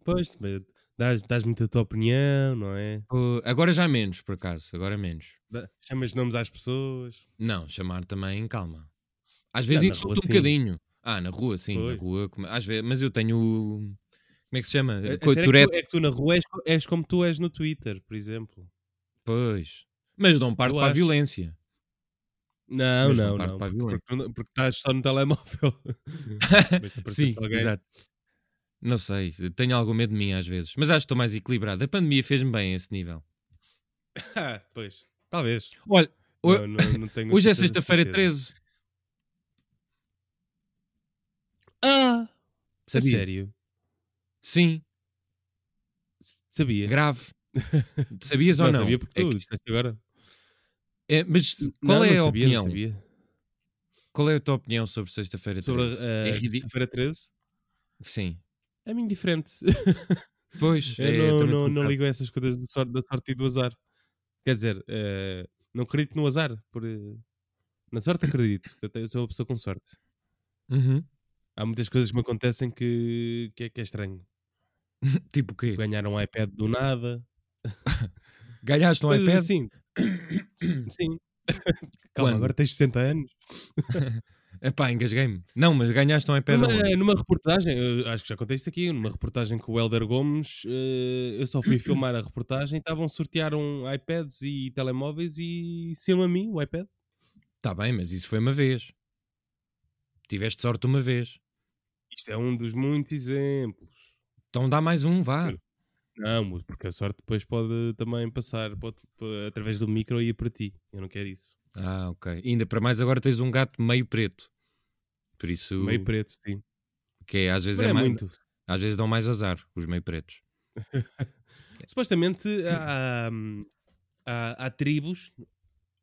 Speaker 1: Pois, mas dás, dás muito a tua opinião, não é?
Speaker 2: Eh, agora já menos, por acaso, agora menos.
Speaker 1: Dá- Chamas nomes às pessoas.
Speaker 2: Não, chamar também em calma. Às vezes
Speaker 1: Ah, na
Speaker 2: insulto
Speaker 1: rua,
Speaker 2: um
Speaker 1: sim.
Speaker 2: bocadinho. Ah, na rua, sim, na
Speaker 1: Pois.
Speaker 2: rua. como- Às vezes, mas eu tenho. o- Como é que se chama?
Speaker 1: A- a sério
Speaker 2: Co-
Speaker 1: é, que
Speaker 2: Tourette,
Speaker 1: tu, é que tu na rua és, co- és como tu és no Twitter, por exemplo.
Speaker 2: pois. Mas dão parte
Speaker 1: é Eu
Speaker 2: para a
Speaker 1: acho.
Speaker 2: violência.
Speaker 1: Não,
Speaker 2: Mas
Speaker 1: não,
Speaker 2: não parte
Speaker 1: não.
Speaker 2: para a
Speaker 1: porque-
Speaker 2: violência.
Speaker 1: Porque, porque estás só no telemóvel. Mas se aparecesse
Speaker 2: Sim,
Speaker 1: alguém-
Speaker 2: exato. Não sei, tenho algum medo de mim às vezes, mas acho que estou mais equilibrado. A pandemia fez-me bem a esse nível.
Speaker 1: Ah, pois, talvez.
Speaker 2: Olha, o-
Speaker 1: Não, não- não tenho
Speaker 2: Hoje é
Speaker 1: certeza,
Speaker 2: sexta-feira
Speaker 1: certeza.
Speaker 2: 13.
Speaker 1: Ah, a
Speaker 2: Sabia?
Speaker 1: sério?
Speaker 2: Sim,
Speaker 1: S- Sabia.
Speaker 2: grave. Sabias ou não?
Speaker 1: sabia porque
Speaker 2: É
Speaker 1: tu
Speaker 2: que-
Speaker 1: disseste agora.
Speaker 2: é, mas qual
Speaker 1: Não,
Speaker 2: é a
Speaker 1: não sabia,
Speaker 2: opinião?
Speaker 1: Não sabia.
Speaker 2: Qual é a tua opinião sobre sexta-feira 13?
Speaker 1: Sobre a
Speaker 2: é
Speaker 1: a
Speaker 2: ridículo.
Speaker 1: sexta-feira 13?
Speaker 2: Sim.
Speaker 1: É muito diferente.
Speaker 2: Pois,
Speaker 1: Eu não,
Speaker 2: é, também
Speaker 1: não,
Speaker 2: estou um
Speaker 1: não
Speaker 2: bocado-
Speaker 1: ligo a essas coisas do sor- da sorte e do azar. Quer dizer, eh, não acredito no azar. Por, eh, na sorte acredito. Eu, tenho- eu sou uma pessoa com sorte.
Speaker 2: Uhum.
Speaker 1: Há muitas coisas que me acontecem que, que, é, que é estranho.
Speaker 2: Tipo o quê?
Speaker 1: Ganhar um iPad do nada.
Speaker 2: Ganhaste um
Speaker 1: coisas
Speaker 2: iPad?
Speaker 1: assim. Sim. Calma,
Speaker 2: Quando?
Speaker 1: agora tens 60 anos.
Speaker 2: Epá, engasguei-me. Não, mas ganhaste um iPad
Speaker 1: Numa,
Speaker 2: aonde?
Speaker 1: numa reportagem, eu acho que já contei isto aqui, numa reportagem com o Helder Gomes, eh, eu só
Speaker 2: Uhum.
Speaker 1: fui filmar a reportagem, estavam a sortear um iPads e telemóveis e saiu a mim o iPad.
Speaker 2: Está Tá bem, mas isso foi uma vez. Tiveste sorte uma vez.
Speaker 1: Isto é um dos muitos exemplos.
Speaker 2: Então dá mais um, vá.
Speaker 1: Não, mas porque a sorte depois pode também passar pode, p- através do micro e ir para ti. Eu não quero isso.
Speaker 2: Ah, ok. Ainda para mais agora tens um gato meio preto. Por isso,
Speaker 1: Meio preto, sim.
Speaker 2: que é, às vezes
Speaker 1: Mas
Speaker 2: é,
Speaker 1: é
Speaker 2: mais,
Speaker 1: muito.
Speaker 2: Às vezes dão mais azar os meio pretos.
Speaker 1: Supostamente há, hum, há- há tribos,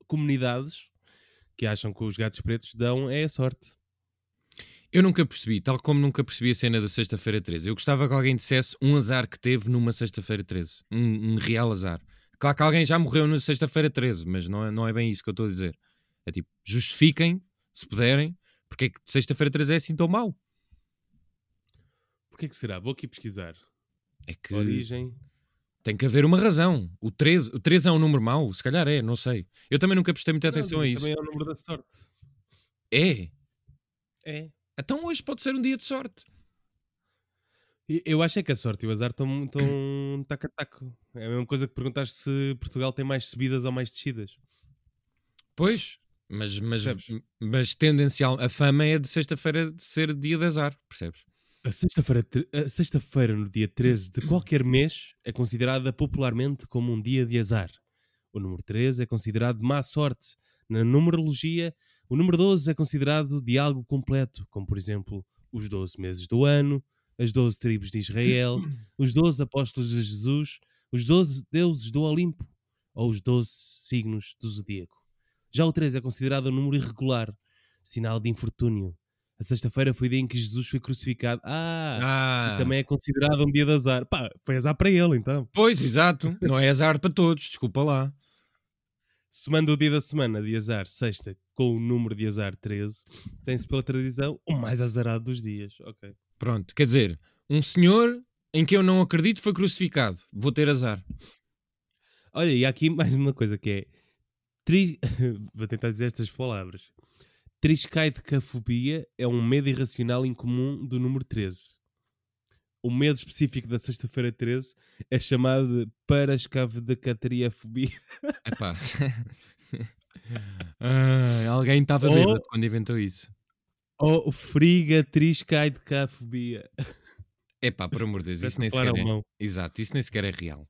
Speaker 1: comunidades, que acham que os gatos pretos dão é a sorte.
Speaker 2: Eu nunca percebi, tal como nunca percebi a cena da sexta-feira 13. Eu gostava que alguém dissesse um azar que teve numa sexta-feira 13. Um, um real azar. Claro que alguém já morreu na sexta-feira 13, mas não é, não é bem isso que eu estou a dizer. É tipo, justifiquem, se puderem, porque é que sexta-feira 13 é assim tão mau.
Speaker 1: Porquê que será? Vou aqui pesquisar.
Speaker 2: É que
Speaker 1: Origem.
Speaker 2: tem que haver uma razão. O 13, o 13 é um número mau? Se calhar é, não sei. Eu também nunca prestei muita atenção
Speaker 1: Não,
Speaker 2: a isso.
Speaker 1: Também é o número da sorte.
Speaker 2: É.
Speaker 1: É.
Speaker 2: Então hoje pode ser um dia de sorte.
Speaker 1: Eu acho é que a sorte e o azar estão estão taco a taco. É a mesma coisa que perguntaste se Portugal tem mais subidas ou mais descidas.
Speaker 2: Pois, mas, mas,
Speaker 1: Percebes?
Speaker 2: mas tendencial, a fama é de sexta-feira de ser dia de azar, percebes?
Speaker 1: A sexta-feira, tre- a sexta-feira, no dia 13 de qualquer mês, é considerada popularmente como um dia de azar. O número 13 é considerado má sorte. Na numerologia, o número 12 é considerado de algo completo, como por exemplo os 12 meses do ano, as 12 tribos de Israel, os 12 apóstolos de Jesus, os 12 deuses do Olimpo ou os 12 signos do zodíaco. Já o 13 é considerado um número irregular, sinal de infortúnio. A sexta-feira foi o dia em que Jesus foi crucificado. Ah!
Speaker 2: Ah,
Speaker 1: também é considerado um dia de azar. Pá, foi azar para ele, então.
Speaker 2: pois, exato, não é azar para todos, desculpa lá.
Speaker 1: Se manda o dia da semana de azar, sexta, com o número de azar 13, tem-se pela tradição o mais azarado dos dias. Ok.
Speaker 2: Pronto, quer dizer, um senhor em que eu não acredito foi crucificado, vou ter azar.
Speaker 1: Olha, e há aqui mais uma coisa que é... Tri... Vou tentar dizer estas palavras. Triscaidecafobia é um medo irracional incomum do número 13. O medo específico da sexta-feira 13 é chamado de parascavedecatriafobia.
Speaker 2: Epá, Ah, alguém estava
Speaker 1: Ou-
Speaker 2: bêbado quando inventou isso.
Speaker 1: Oh, frigatriz cai de cafobia.
Speaker 2: Epá, por amor de Deus, isso nem sequer
Speaker 1: Claro,
Speaker 2: é.
Speaker 1: mão.
Speaker 2: Exato, isso nem sequer é real.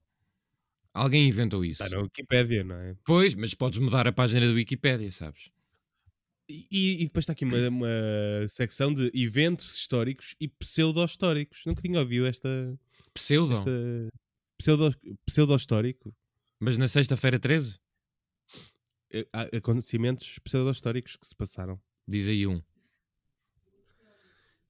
Speaker 2: Alguém inventou isso.
Speaker 1: Está na Wikipédia, não é?
Speaker 2: Pois, mas podes mudar a página da Wikipédia, sabes?
Speaker 1: E- E, e depois está aqui uma, uma secção de eventos históricos e pseudo-históricos. Nunca tinha ouvido esta.
Speaker 2: Pseudo.
Speaker 1: esta pseudo, pseudo-histórico.
Speaker 2: Mas na sexta-feira 13?
Speaker 1: Eh, há Acontecimentos pseudo-históricos que se passaram.
Speaker 2: Diz aí um.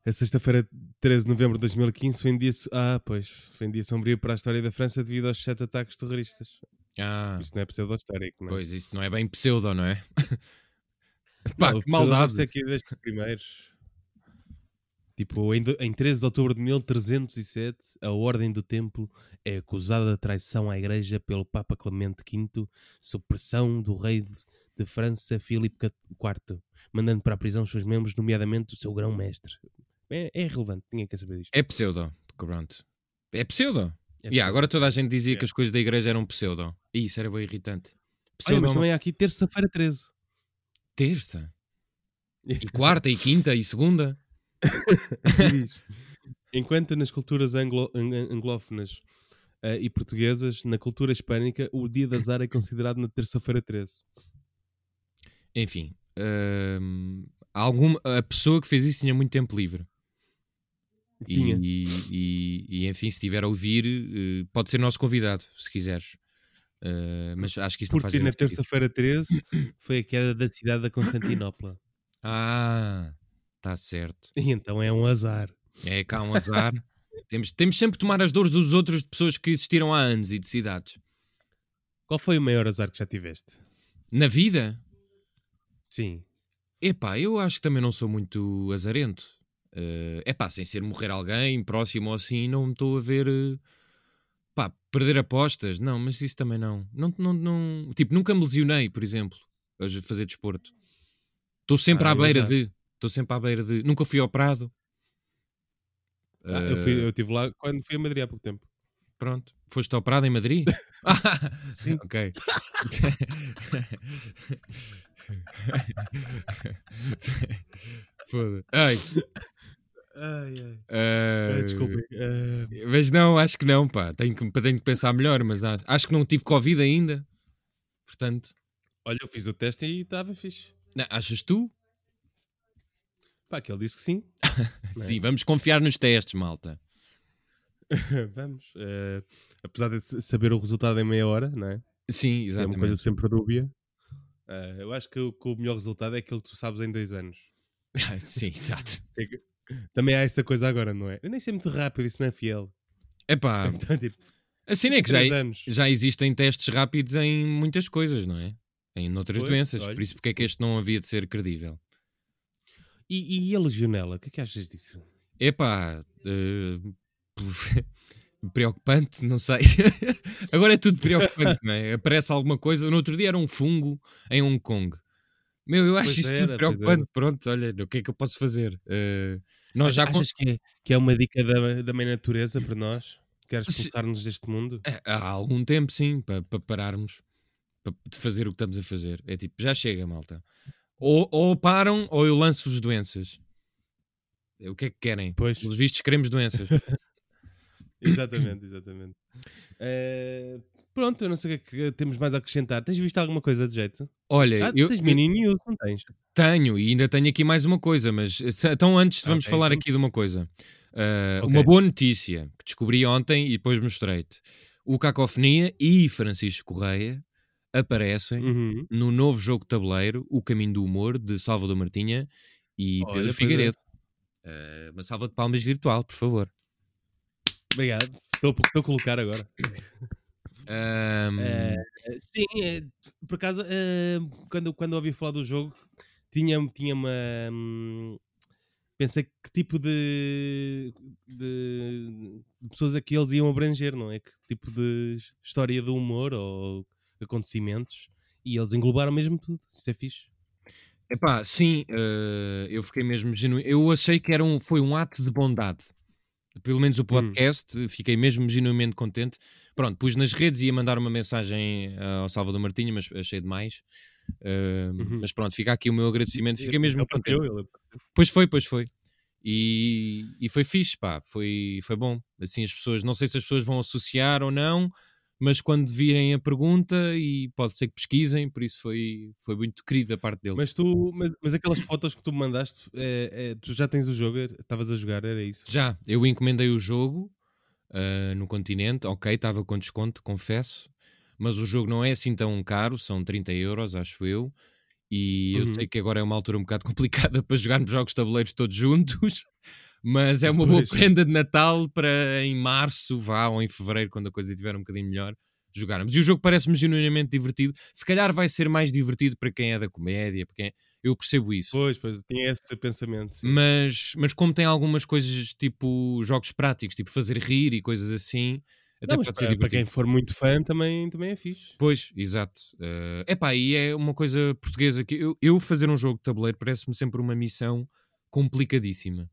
Speaker 1: A sexta-feira, 13 de novembro de 2015, foi um dia. so- Ah, pois. Foi um dia sombrio para a história da França devido aos sete ataques terroristas.
Speaker 2: Ah,
Speaker 1: Isto não é pseudo-histórico, não é?
Speaker 2: pois, isso não é bbem pseudo, não é? Pá,
Speaker 1: Não,
Speaker 2: que
Speaker 1: o pessoal deve
Speaker 2: maldade.
Speaker 1: ser aqui destes primeiros. Tipo, em, do- em 13 de outubro de 1307, a Ordem do Templo é acusada de traição à Igreja pelo Papa Clemente V, sob pressão do rei de, de França, Filipe Cat- IV, mandando para a prisão os seus membros, nomeadamente o seu grão-mestre. É, é irrelevante, tinha que saber disto.
Speaker 2: É pseudo, pronto. É pseudo.
Speaker 1: É
Speaker 2: Yeah, agora toda a gente dizia
Speaker 1: É.
Speaker 2: que as coisas da igreja eram pseudo. E isso era bem irritante.
Speaker 1: Olha,
Speaker 2: Pseudo é
Speaker 1: mas
Speaker 2: uma
Speaker 1: também há aqui terça-feira 13.
Speaker 2: terça. E quarta, e quinta, e segunda.
Speaker 1: Diz. Enquanto nas culturas anglo- ang- ang- anglófonas eh, e portuguesas, na cultura hispânica, o dia da azar é considerado na terça-feira 13.
Speaker 2: Enfim. hum, alguma, a pessoa que fez isso tinha muito tempo livre. E,
Speaker 1: Tinha.
Speaker 2: e, e- e, enfim, se estiver a ouvir, eh, pode ser nosso convidado, se quiseres. Eh, mas acho que isso não faz
Speaker 1: Porque na
Speaker 2: grande sentido.
Speaker 1: terça-feira 13 foi a queda da cidade da Constantinopla.
Speaker 2: Ah, está certo.
Speaker 1: E então é um azar.
Speaker 2: É cá um azar. temos, temos sempre de tomar as dores dos outros de pessoas que existiram há anos e de cidades.
Speaker 1: Qual foi o maior azar que já tiveste?
Speaker 2: Na vida,
Speaker 1: Sim.
Speaker 2: Epá, eu acho que também não sou muito azarento. Eh, epá, sem ser morrer alguém próximo ou assim, não me estou a ver. eh, pá, perder apostas, não, mas isso também não. Não, não, não- Tipo, nunca me lesionei, por exemplo, a j- fazer desporto. Estou sempre
Speaker 1: Ah,
Speaker 2: à
Speaker 1: eu
Speaker 2: beira
Speaker 1: já.
Speaker 2: de. Estou sempre à beira de. Nunca fui operado.
Speaker 1: Ah, eu, fui,
Speaker 2: Eh.
Speaker 1: eu estive lá quando fui a Madrid há pouco tempo.
Speaker 2: Pronto. Foste operado em Madrid? Sim. Ok. Foda. Ai.
Speaker 1: Ai, ai.
Speaker 2: ah,
Speaker 1: Eh, Desculpem. Ah,
Speaker 2: Mas não, acho que não, pá. Tenho que, tenho que pensar melhor, mas acho, acho que não tive Covid ainda. Portanto,
Speaker 1: olha, eu fiz o teste e estava fixe.
Speaker 2: não, achas tu?
Speaker 1: Pá, que ele disse que sim. Não é?
Speaker 2: Sim, vamos confiar nos testes, malta.
Speaker 1: Vamos. Ah, apesar de se- saber o resultado em meia hora, não é?
Speaker 2: Sim,
Speaker 1: É
Speaker 2: exatamente.
Speaker 1: uma coisa sempre dúbia. Ah, eu acho que o, que o melhor resultado é aquilo que tu sabes em dois anos.
Speaker 2: Ah, Sim, exato.
Speaker 1: Também há essa coisa agora, não é? Eu nem sei muito rápido, isso não é fiel.
Speaker 2: Epá,
Speaker 1: Então, tipo,
Speaker 2: assim é que já,
Speaker 1: três anos.
Speaker 2: já existem testes rápidos em muitas coisas, não é? Em outras
Speaker 1: Pois,
Speaker 2: doenças.
Speaker 1: olha,
Speaker 2: Por isso, porque é que este não havia de ser credível?
Speaker 1: E, e a legionela, o que é que achas disso?
Speaker 2: Epá, eh, preocupante, não sei. Agora é tudo preocupante, não é? Aparece alguma coisa. No outro dia era um fungo em Hong Kong. Meu, eu acho
Speaker 1: Pois
Speaker 2: isto
Speaker 1: era, pois
Speaker 2: tudo
Speaker 1: era.
Speaker 2: preocupante. Pronto, olha, o que é que eu posso fazer? Eh, nós já. con-
Speaker 1: Achas que, é, que é uma dica da, da mãe natureza para nós? Queres
Speaker 2: Se-
Speaker 1: expulsar-nos deste mundo?
Speaker 2: Eh, Há algum tempo, sim, para pararmos pa- de fazer o que estamos a fazer. É tipo, já chega, malta. Ou, ou param ou eu lanço-vos doenças. Eh, O que é que querem?
Speaker 1: Pois,
Speaker 2: Pelos vistos, queremos doenças.
Speaker 1: exatamente, exatamente. Eh, pronto, eu não sei o que é que temos mais a acrescentar. Tens visto alguma coisa de jeito?
Speaker 2: Olha,
Speaker 1: Ah,
Speaker 2: É, eu,
Speaker 1: tens
Speaker 2: eu-
Speaker 1: mini news, não tens?
Speaker 2: Tenho, e ainda tenho aqui mais uma coisa, mas se- então antes
Speaker 1: Ah,
Speaker 2: vamos
Speaker 1: ok.
Speaker 2: falar aqui de uma coisa. Uh,
Speaker 1: Ok.
Speaker 2: Uma boa notícia que descobri ontem e depois mostrei-te. O Cacofonia e Francisco Correia aparecem
Speaker 1: Uhum.
Speaker 2: no novo jogo de tabuleiro O Caminho do Humor de Salvador Martinha e
Speaker 1: Olha,
Speaker 2: Pedro
Speaker 1: pois é.
Speaker 2: Figueiredo. Uh, uma salva de palmas virtual, por favor.
Speaker 1: Obrigado. Estou estou a colocar agora.
Speaker 2: Um,
Speaker 1: Eh, sim, eh, por acaso, eh, quando, quando ouvi falar do jogo, tinha, tinha uma. hum, pensei que tipo de, de, de pessoas é que eles iam abranger, não é? Que tipo de história do humor ou acontecimentos. E eles englobaram mesmo tudo. Isso é fixe.
Speaker 2: Epá, sim, eh, eu fiquei mesmo genuíno. Eu achei que era um, foi um ato de bondade. Pelo menos
Speaker 1: Hum.
Speaker 2: o podcast, fiquei mesmo genuinamente contente. Pronto, pus nas redes e ia mandar uma mensagem eh, ao Salvador Martinho, mas achei demais. Uh,
Speaker 1: Uhum.
Speaker 2: Mas pronto, fica aqui o meu agradecimento. Fiquei mesmo
Speaker 1: Ele
Speaker 2: contente.
Speaker 1: partilhou, ele-
Speaker 2: Pois foi, pois foi. E, e foi fixe, pá, foi, foi bom. Assim, as pessoas, não sei se as pessoas vão associar ou não, mas quando virem a pergunta, e pode ser que pesquisem, por isso foi, foi muito querido a parte dele.
Speaker 1: Mas tu, mas, mas aquelas fotos que tu me mandaste, é- é, tu já tens o jogo, estavas a jogar, era isso?
Speaker 2: Já, eu encomendei o jogo ah, no continente, ok, estava com desconto, confesso, mas o jogo não é assim tão caro, são 30 euros, acho eu. E eu
Speaker 1: Uhum.
Speaker 2: sei que agora é uma altura um bocado complicada para jogarmos jogos de tabuleiros todos juntos, mas é uma boa
Speaker 1: Pois.
Speaker 2: prenda de Natal para em março, vá, ou em fevereiro, quando a coisa estiver um bocadinho melhor, jogarmos. E o jogo parece-me genuinamente divertido. Se calhar vai ser mais divertido para quem é da comédia, para quem... eu percebo isso.
Speaker 1: Pois, pois, tinha esse pensamento. sim.
Speaker 2: Mas, mas como tem algumas coisas tipo jogos práticos, tipo fazer rir e coisas assim, até
Speaker 1: Não, mas
Speaker 2: pode ser
Speaker 1: para, para quem
Speaker 2: divertido.
Speaker 1: for muito fã também, também é fixe.
Speaker 2: Pois, exato. Eh, epá, e é uma coisa portuguesa que eu, eu fazer um jogo de tabuleiro parece-me sempre uma missão complicadíssima.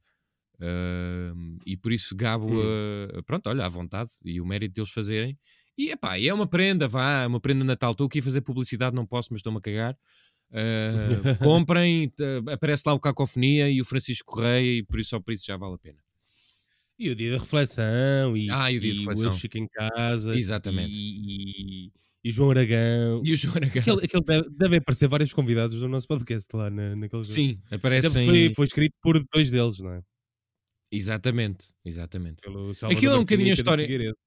Speaker 2: Eh, e por isso gabo
Speaker 1: Hum.
Speaker 2: a, pronto, olha, à vontade e o mérito deles fazerem. E epá, e é uma prenda, vá, é uma prenda de Natal. Estou aqui a fazer publicidade, não posso, mas estou-me a cagar. Eh, comprem, t- aparece lá o Cacofonia e o Francisco Correia, e por isso só por isso já vale a pena.
Speaker 1: E o dia da reflexão, e,
Speaker 2: Ah, e o dia da reflexão.
Speaker 1: Eu fico em casa.
Speaker 2: Exatamente.
Speaker 1: E, e- e João Aragão.
Speaker 2: E o João Aragão?
Speaker 1: Aquele, aquele deve, devem aparecer vários convidados do nosso podcast lá na, naquele jogo.
Speaker 2: Sim, é
Speaker 1: Deve-
Speaker 2: aparecem.
Speaker 1: Foi, foi escrito por dois deles, não é?
Speaker 2: Exatamente, exatamente.
Speaker 1: Pelo
Speaker 2: Aquilo é
Speaker 1: Martinho e
Speaker 2: um bocadinho a
Speaker 1: Pedro
Speaker 2: história-
Speaker 1: Figueiredo.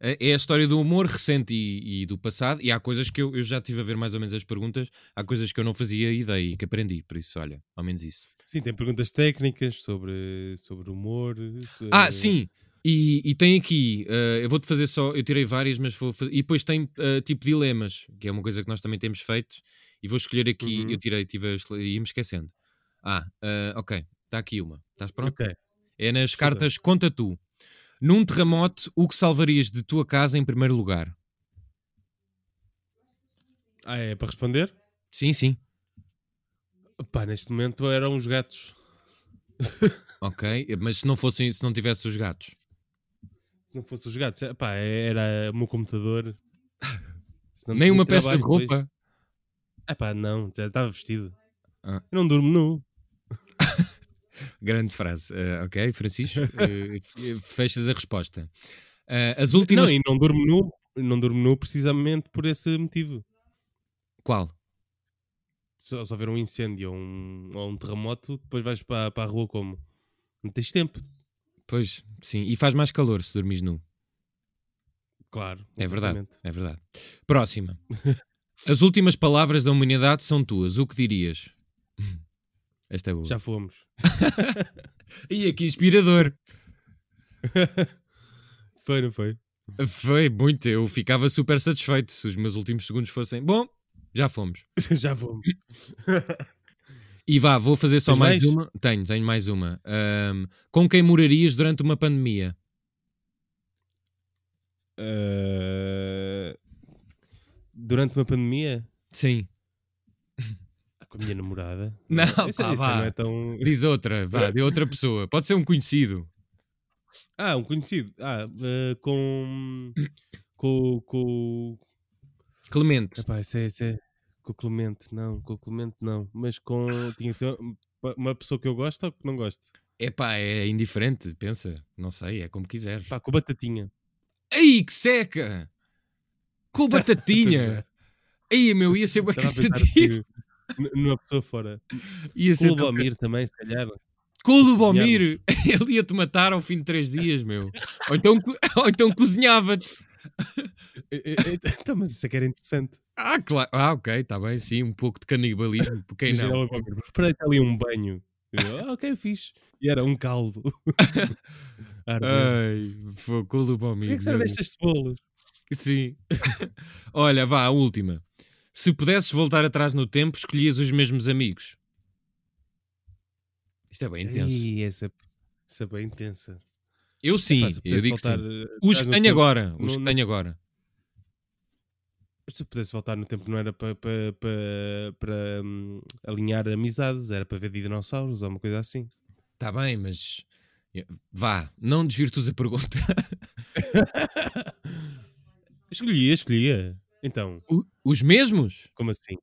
Speaker 2: É é a história do humor recente e, e do passado, e há coisas que eu, eu já tive a ver mais ou menos as perguntas, há coisas que eu não fazia ideia e que aprendi, por isso, olha, ao menos isso.
Speaker 1: Sim, tem perguntas técnicas sobre, sobre humor. so-
Speaker 2: Ah, sim! E, e tem aqui, eh, eu vou-te fazer só, eu tirei várias, mas vou fazer, e depois tem eh, tipo dilemas, que é uma coisa que nós também temos feito, e vou escolher aqui,
Speaker 1: Uhum.
Speaker 2: eu tirei, tive a, escolher- ia-me esquecendo. Ah, eh, ok, está aqui uma, estás pronto?
Speaker 1: Ok.
Speaker 2: É nas
Speaker 1: Foda-se.
Speaker 2: cartas Conta Tu. Num terremoto, o que salvarias de tua casa em primeiro lugar?
Speaker 1: Ah, é para responder?
Speaker 2: Sim, sim.
Speaker 1: Pá, neste momento eram os gatos.
Speaker 2: Ok, eh, mas se não fossem, se não tivesse os gatos.
Speaker 1: Se não fossem os gatos, eh, pá, era o meu computador. Se não
Speaker 2: Nem
Speaker 1: tinha
Speaker 2: uma peça de
Speaker 1: trabalho depois.
Speaker 2: roupa.
Speaker 1: Ah, pá, não, já estava vestido.
Speaker 2: Ah.
Speaker 1: Eu não durmo nu.
Speaker 2: Grande frase. Eh, ok, Francisco, eh, f- fechas a resposta. Eh, as últimas.
Speaker 1: Não, e não durmo nu, não durmo nu precisamente por esse motivo.
Speaker 2: Qual?
Speaker 1: Se, se houver um incêndio ou um, ou um terremoto, depois vais para, para a rua como? Não tens tempo.
Speaker 2: Pois, sim. E faz mais calor se dormires nu.
Speaker 1: Claro.
Speaker 2: É verdade.
Speaker 1: exatamente.
Speaker 2: É verdade. Próxima. As últimas palavras da humanidade são tuas. O que dirias? Esta é boa.
Speaker 1: Já fomos.
Speaker 2: E aqui inspirador.
Speaker 1: Foi, não foi?
Speaker 2: Foi muito, eu ficava super satisfeito se os meus últimos segundos fossem. Bom, já fomos.
Speaker 1: já fomos.
Speaker 2: E vá, vou fazer só
Speaker 1: Tens
Speaker 2: mais,
Speaker 1: mais?
Speaker 2: uma. Tenho, tenho mais uma. Ahm, com quem morarias durante uma pandemia?
Speaker 1: Eh, durante uma pandemia,
Speaker 2: Sim.
Speaker 1: com a minha namorada.
Speaker 2: Não,
Speaker 1: Essa-
Speaker 2: Ah, pá,
Speaker 1: essa
Speaker 2: vá.
Speaker 1: não é tão...
Speaker 2: Diz outra, vá, de outra pessoa. Pode ser um conhecido.
Speaker 1: Ah, um conhecido. Ah, eh, com. Com. Com.
Speaker 2: Clemente.
Speaker 1: Epá, esse é, esse é- Com o Clemente, não. Com o Clemente, não. Mas com. Tinha que ser uma- uma pessoa que eu gosto ou que não gosto?
Speaker 2: É pá, é indiferente, pensa. Não sei, é como quiseres.
Speaker 1: Pá, com o Batatinha.
Speaker 2: Ei, que seca! Com batatinha! Ei, meu, ia ser bem
Speaker 1: é. Estava a pensar
Speaker 2: cansativo.
Speaker 1: assim, n- numa pessoa fora.
Speaker 2: Ia
Speaker 1: Com o
Speaker 2: ser tão
Speaker 1: Lubomir também, se calhar.
Speaker 2: Com o Lubomir, ele ia-te matar ao fim de três dias, meu. Ou então, co- ou então cozinhava-te.
Speaker 1: Eh, eh, eh, Então, mas isso é que era interessante.
Speaker 2: Ah, claro. Ah, ok, está bem, sim, um pouco de canibalismo, por quem
Speaker 1: Imagina o
Speaker 2: não?
Speaker 1: Lubomir, Preparei-te ali um banho. Eu, ah, ok, fixe. E era um caldo. Ah, não.
Speaker 2: Ai, foi com o Lubomir.
Speaker 1: Porquê é que
Speaker 2: meu
Speaker 1: servem estas cebolas?
Speaker 2: Deus. Sim. Olha, vá, a última. Se pudesses voltar atrás no tempo, escolhias os mesmos amigos. Isto é bem intenso.
Speaker 1: Ih, essa, essa é bem intensa.
Speaker 2: Eu sim,
Speaker 1: Pá, se
Speaker 2: eu
Speaker 1: pudesse
Speaker 2: digo que
Speaker 1: é voltar,
Speaker 2: sim.
Speaker 1: eh,
Speaker 2: Os
Speaker 1: atrás
Speaker 2: que
Speaker 1: no
Speaker 2: tenho
Speaker 1: tempo-
Speaker 2: agora, os
Speaker 1: não-
Speaker 2: que
Speaker 1: não-
Speaker 2: tenho agora.
Speaker 1: Se eu pudesse voltar no tempo, não era para pa, pa- para, hum, alinhar amizades, era para ver dinossauros ou uma coisa assim.
Speaker 2: Está Tá bem, mas... Vá, não desvirtues a pergunta.
Speaker 1: Escolhia, escolhia. Então,
Speaker 2: O- Os mesmos?
Speaker 1: como assim?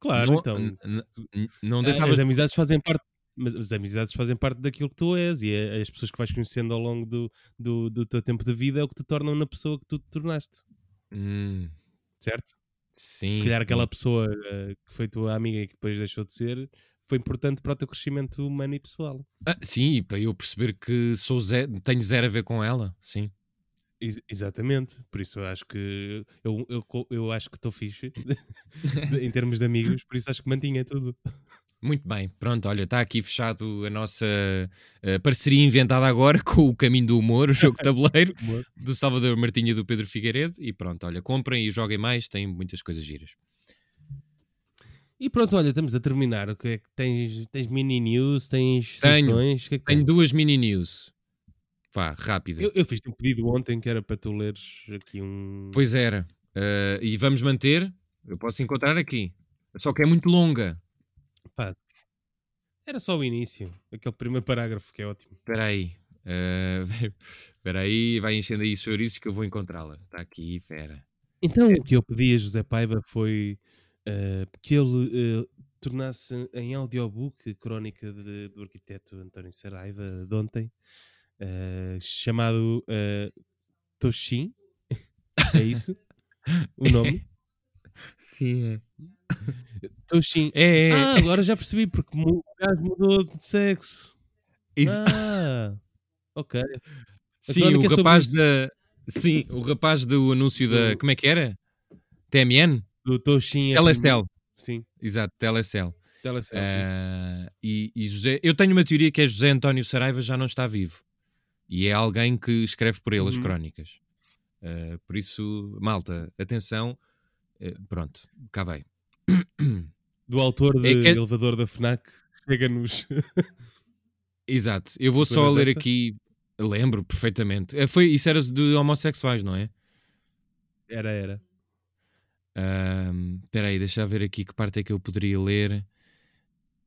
Speaker 1: Claro,
Speaker 2: não,
Speaker 1: então.
Speaker 2: n- n- n- Não
Speaker 1: Ah,
Speaker 2: deitavas.
Speaker 1: As amizades fazem parte. Mas as amizades fazem parte daquilo que tu és e é- as pessoas que vais conhecendo ao longo do, do, do teu tempo de vida é o que te tornam na pessoa que tu te tornaste,
Speaker 2: Hum,
Speaker 1: certo?
Speaker 2: sim.
Speaker 1: Se calhar
Speaker 2: sim.
Speaker 1: aquela pessoa eh, que foi tua amiga e que depois deixou de ser foi importante para o teu crescimento humano e pessoal.
Speaker 2: Ah, sim, e para eu perceber que sou ze- tenho zero a ver com ela, sim.
Speaker 1: Ex- exatamente, por isso eu acho que eu, eu, co- eu acho que estou fixe de- em termos de amigos, por isso acho que mantinha tudo.
Speaker 2: Muito bem, pronto, olha, está aqui fechado a nossa eh, parceria inventada agora com o Caminho do Humor, o jogo de tabuleiro
Speaker 1: Humor.
Speaker 2: do Salvador Martinho e do Pedro Figueiredo. E pronto, olha, comprem e joguem mais, têm muitas coisas giras.
Speaker 1: E pronto, olha, estamos a terminar. O que é que tens? Tens mini news? Tens
Speaker 2: Tenho.
Speaker 1: sugestões? O que é que
Speaker 2: Tenho
Speaker 1: tens?
Speaker 2: duas mini news. Vá, rápida.
Speaker 1: Eu, eu fiz-te um pedido ontem que era para tu leres aqui um.
Speaker 2: Pois era. Eh, e vamos manter, eu posso encontrar aqui. Só que é muito longa.
Speaker 1: Pá, era só o início, aquele primeiro parágrafo que é ótimo.
Speaker 2: Espera aí. Eh, Espera aí, vai enchendo aí chouriços que eu vou encontrá-la. Está aqui, fera.
Speaker 1: Então o que eu pedi a José Paiva foi eh, que ele eh, tornasse em audiobook a crónica de- do arquiteto António Saraiva de ontem, eh, chamado eh, Toshin, é isso? o nome?
Speaker 2: Sim,
Speaker 1: Toshin.
Speaker 2: é. É, é.
Speaker 1: Ah, agora já percebi, porque mu- o gajo mudou de sexo.
Speaker 2: Isso-
Speaker 1: Ah, ok. A
Speaker 2: Sim,
Speaker 1: crónica
Speaker 2: o
Speaker 1: é sobre
Speaker 2: rapaz
Speaker 1: isso.
Speaker 2: da. Sim, o rapaz do anúncio da.
Speaker 1: Do-
Speaker 2: Como é que era? TMN?
Speaker 1: Do Toshin. é
Speaker 2: Telecel.
Speaker 1: primeiro- Sim,
Speaker 2: Exato, Telecel.
Speaker 1: Telecel.
Speaker 2: Ah, e, e José. Eu tenho uma teoria que é José António Saraiva já não está vivo. E é alguém que escreve por ele as
Speaker 1: Uhum.
Speaker 2: crónicas. Ah, por isso, malta, atenção. Eh, pronto, cá vai.
Speaker 1: Do autor de
Speaker 2: É que-
Speaker 1: Elevador da FNAC. Chega-nos.
Speaker 2: Exato, eu vou só
Speaker 1: Lembras
Speaker 2: ler
Speaker 1: dessa?
Speaker 2: aqui. Lembro perfeitamente. Eh, Foi, isso era de homossexuais, não é?
Speaker 1: Era, era.
Speaker 2: Ahm, Espera aí, deixa eu ver aqui que parte é que eu poderia ler.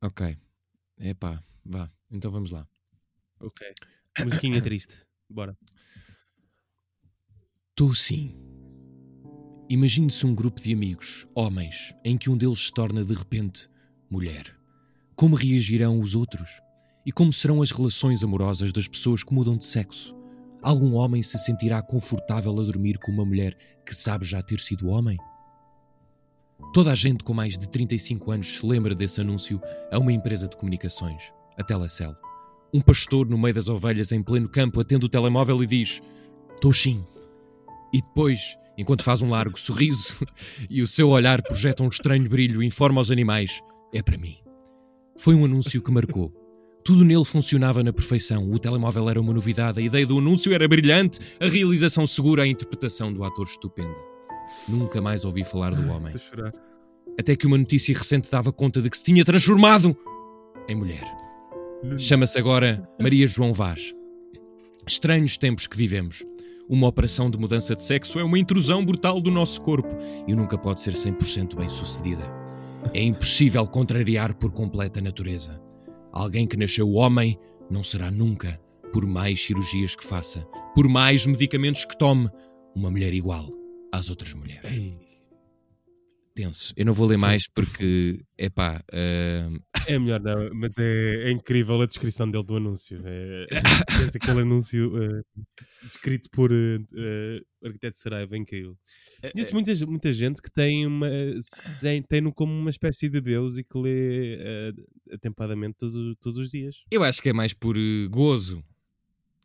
Speaker 2: Ok. Epá, vá. Então vamos lá.
Speaker 1: Ok. Musiquinha triste. Bora.
Speaker 2: Tu sim. Imagine-se um grupo de amigos, homens, em que um deles se torna de repente mulher. Como reagirão os outros? E como serão as relações amorosas das pessoas que mudam de sexo? Algum homem se sentirá confortável a dormir com uma mulher que sabe já ter sido homem? Toda a gente com mais de 35 anos se lembra desse anúncio a uma empresa de comunicações, a Telecel. Um pastor no meio das ovelhas em pleno campo atende o telemóvel e diz: Estou sim. E depois, enquanto faz um largo sorriso e o seu olhar projeta um estranho brilho e informa aos animais: é para mim. Foi um anúncio que marcou. Tudo nele funcionava na perfeição. O telemóvel era uma novidade, a ideia do anúncio era brilhante, a realização segura, a interpretação do ator estupenda. Nunca mais ouvi falar do homem
Speaker 1: Estou a chorar.
Speaker 2: até que uma notícia recente dava conta de que se tinha transformado em mulher. Chama-se agora Maria João Vaz. Estranhos tempos que vivemos. Uma operação de mudança de sexo é uma intrusão brutal do nosso corpo e nunca pode ser 100% bem sucedida. É impossível contrariar por completa a natureza. Alguém que nasceu homem não será nunca, por mais cirurgias que faça, por mais medicamentos que tome, uma mulher igual às outras mulheres tenso. Eu não vou ler mais porque, epá, hum,
Speaker 1: É melhor não, mas é, é incrível a descrição dele do anúncio. É, desde aquele anúncio eh, escrito por eh, eh, arquiteto Saraiva, é incrível.
Speaker 2: É.
Speaker 1: Conheço muita, ge- muita gente que tem uma tem, tem como uma espécie de Deus e que lê eh, atempadamente todo- todos os dias.
Speaker 2: eu acho que é mais por eh, gozo.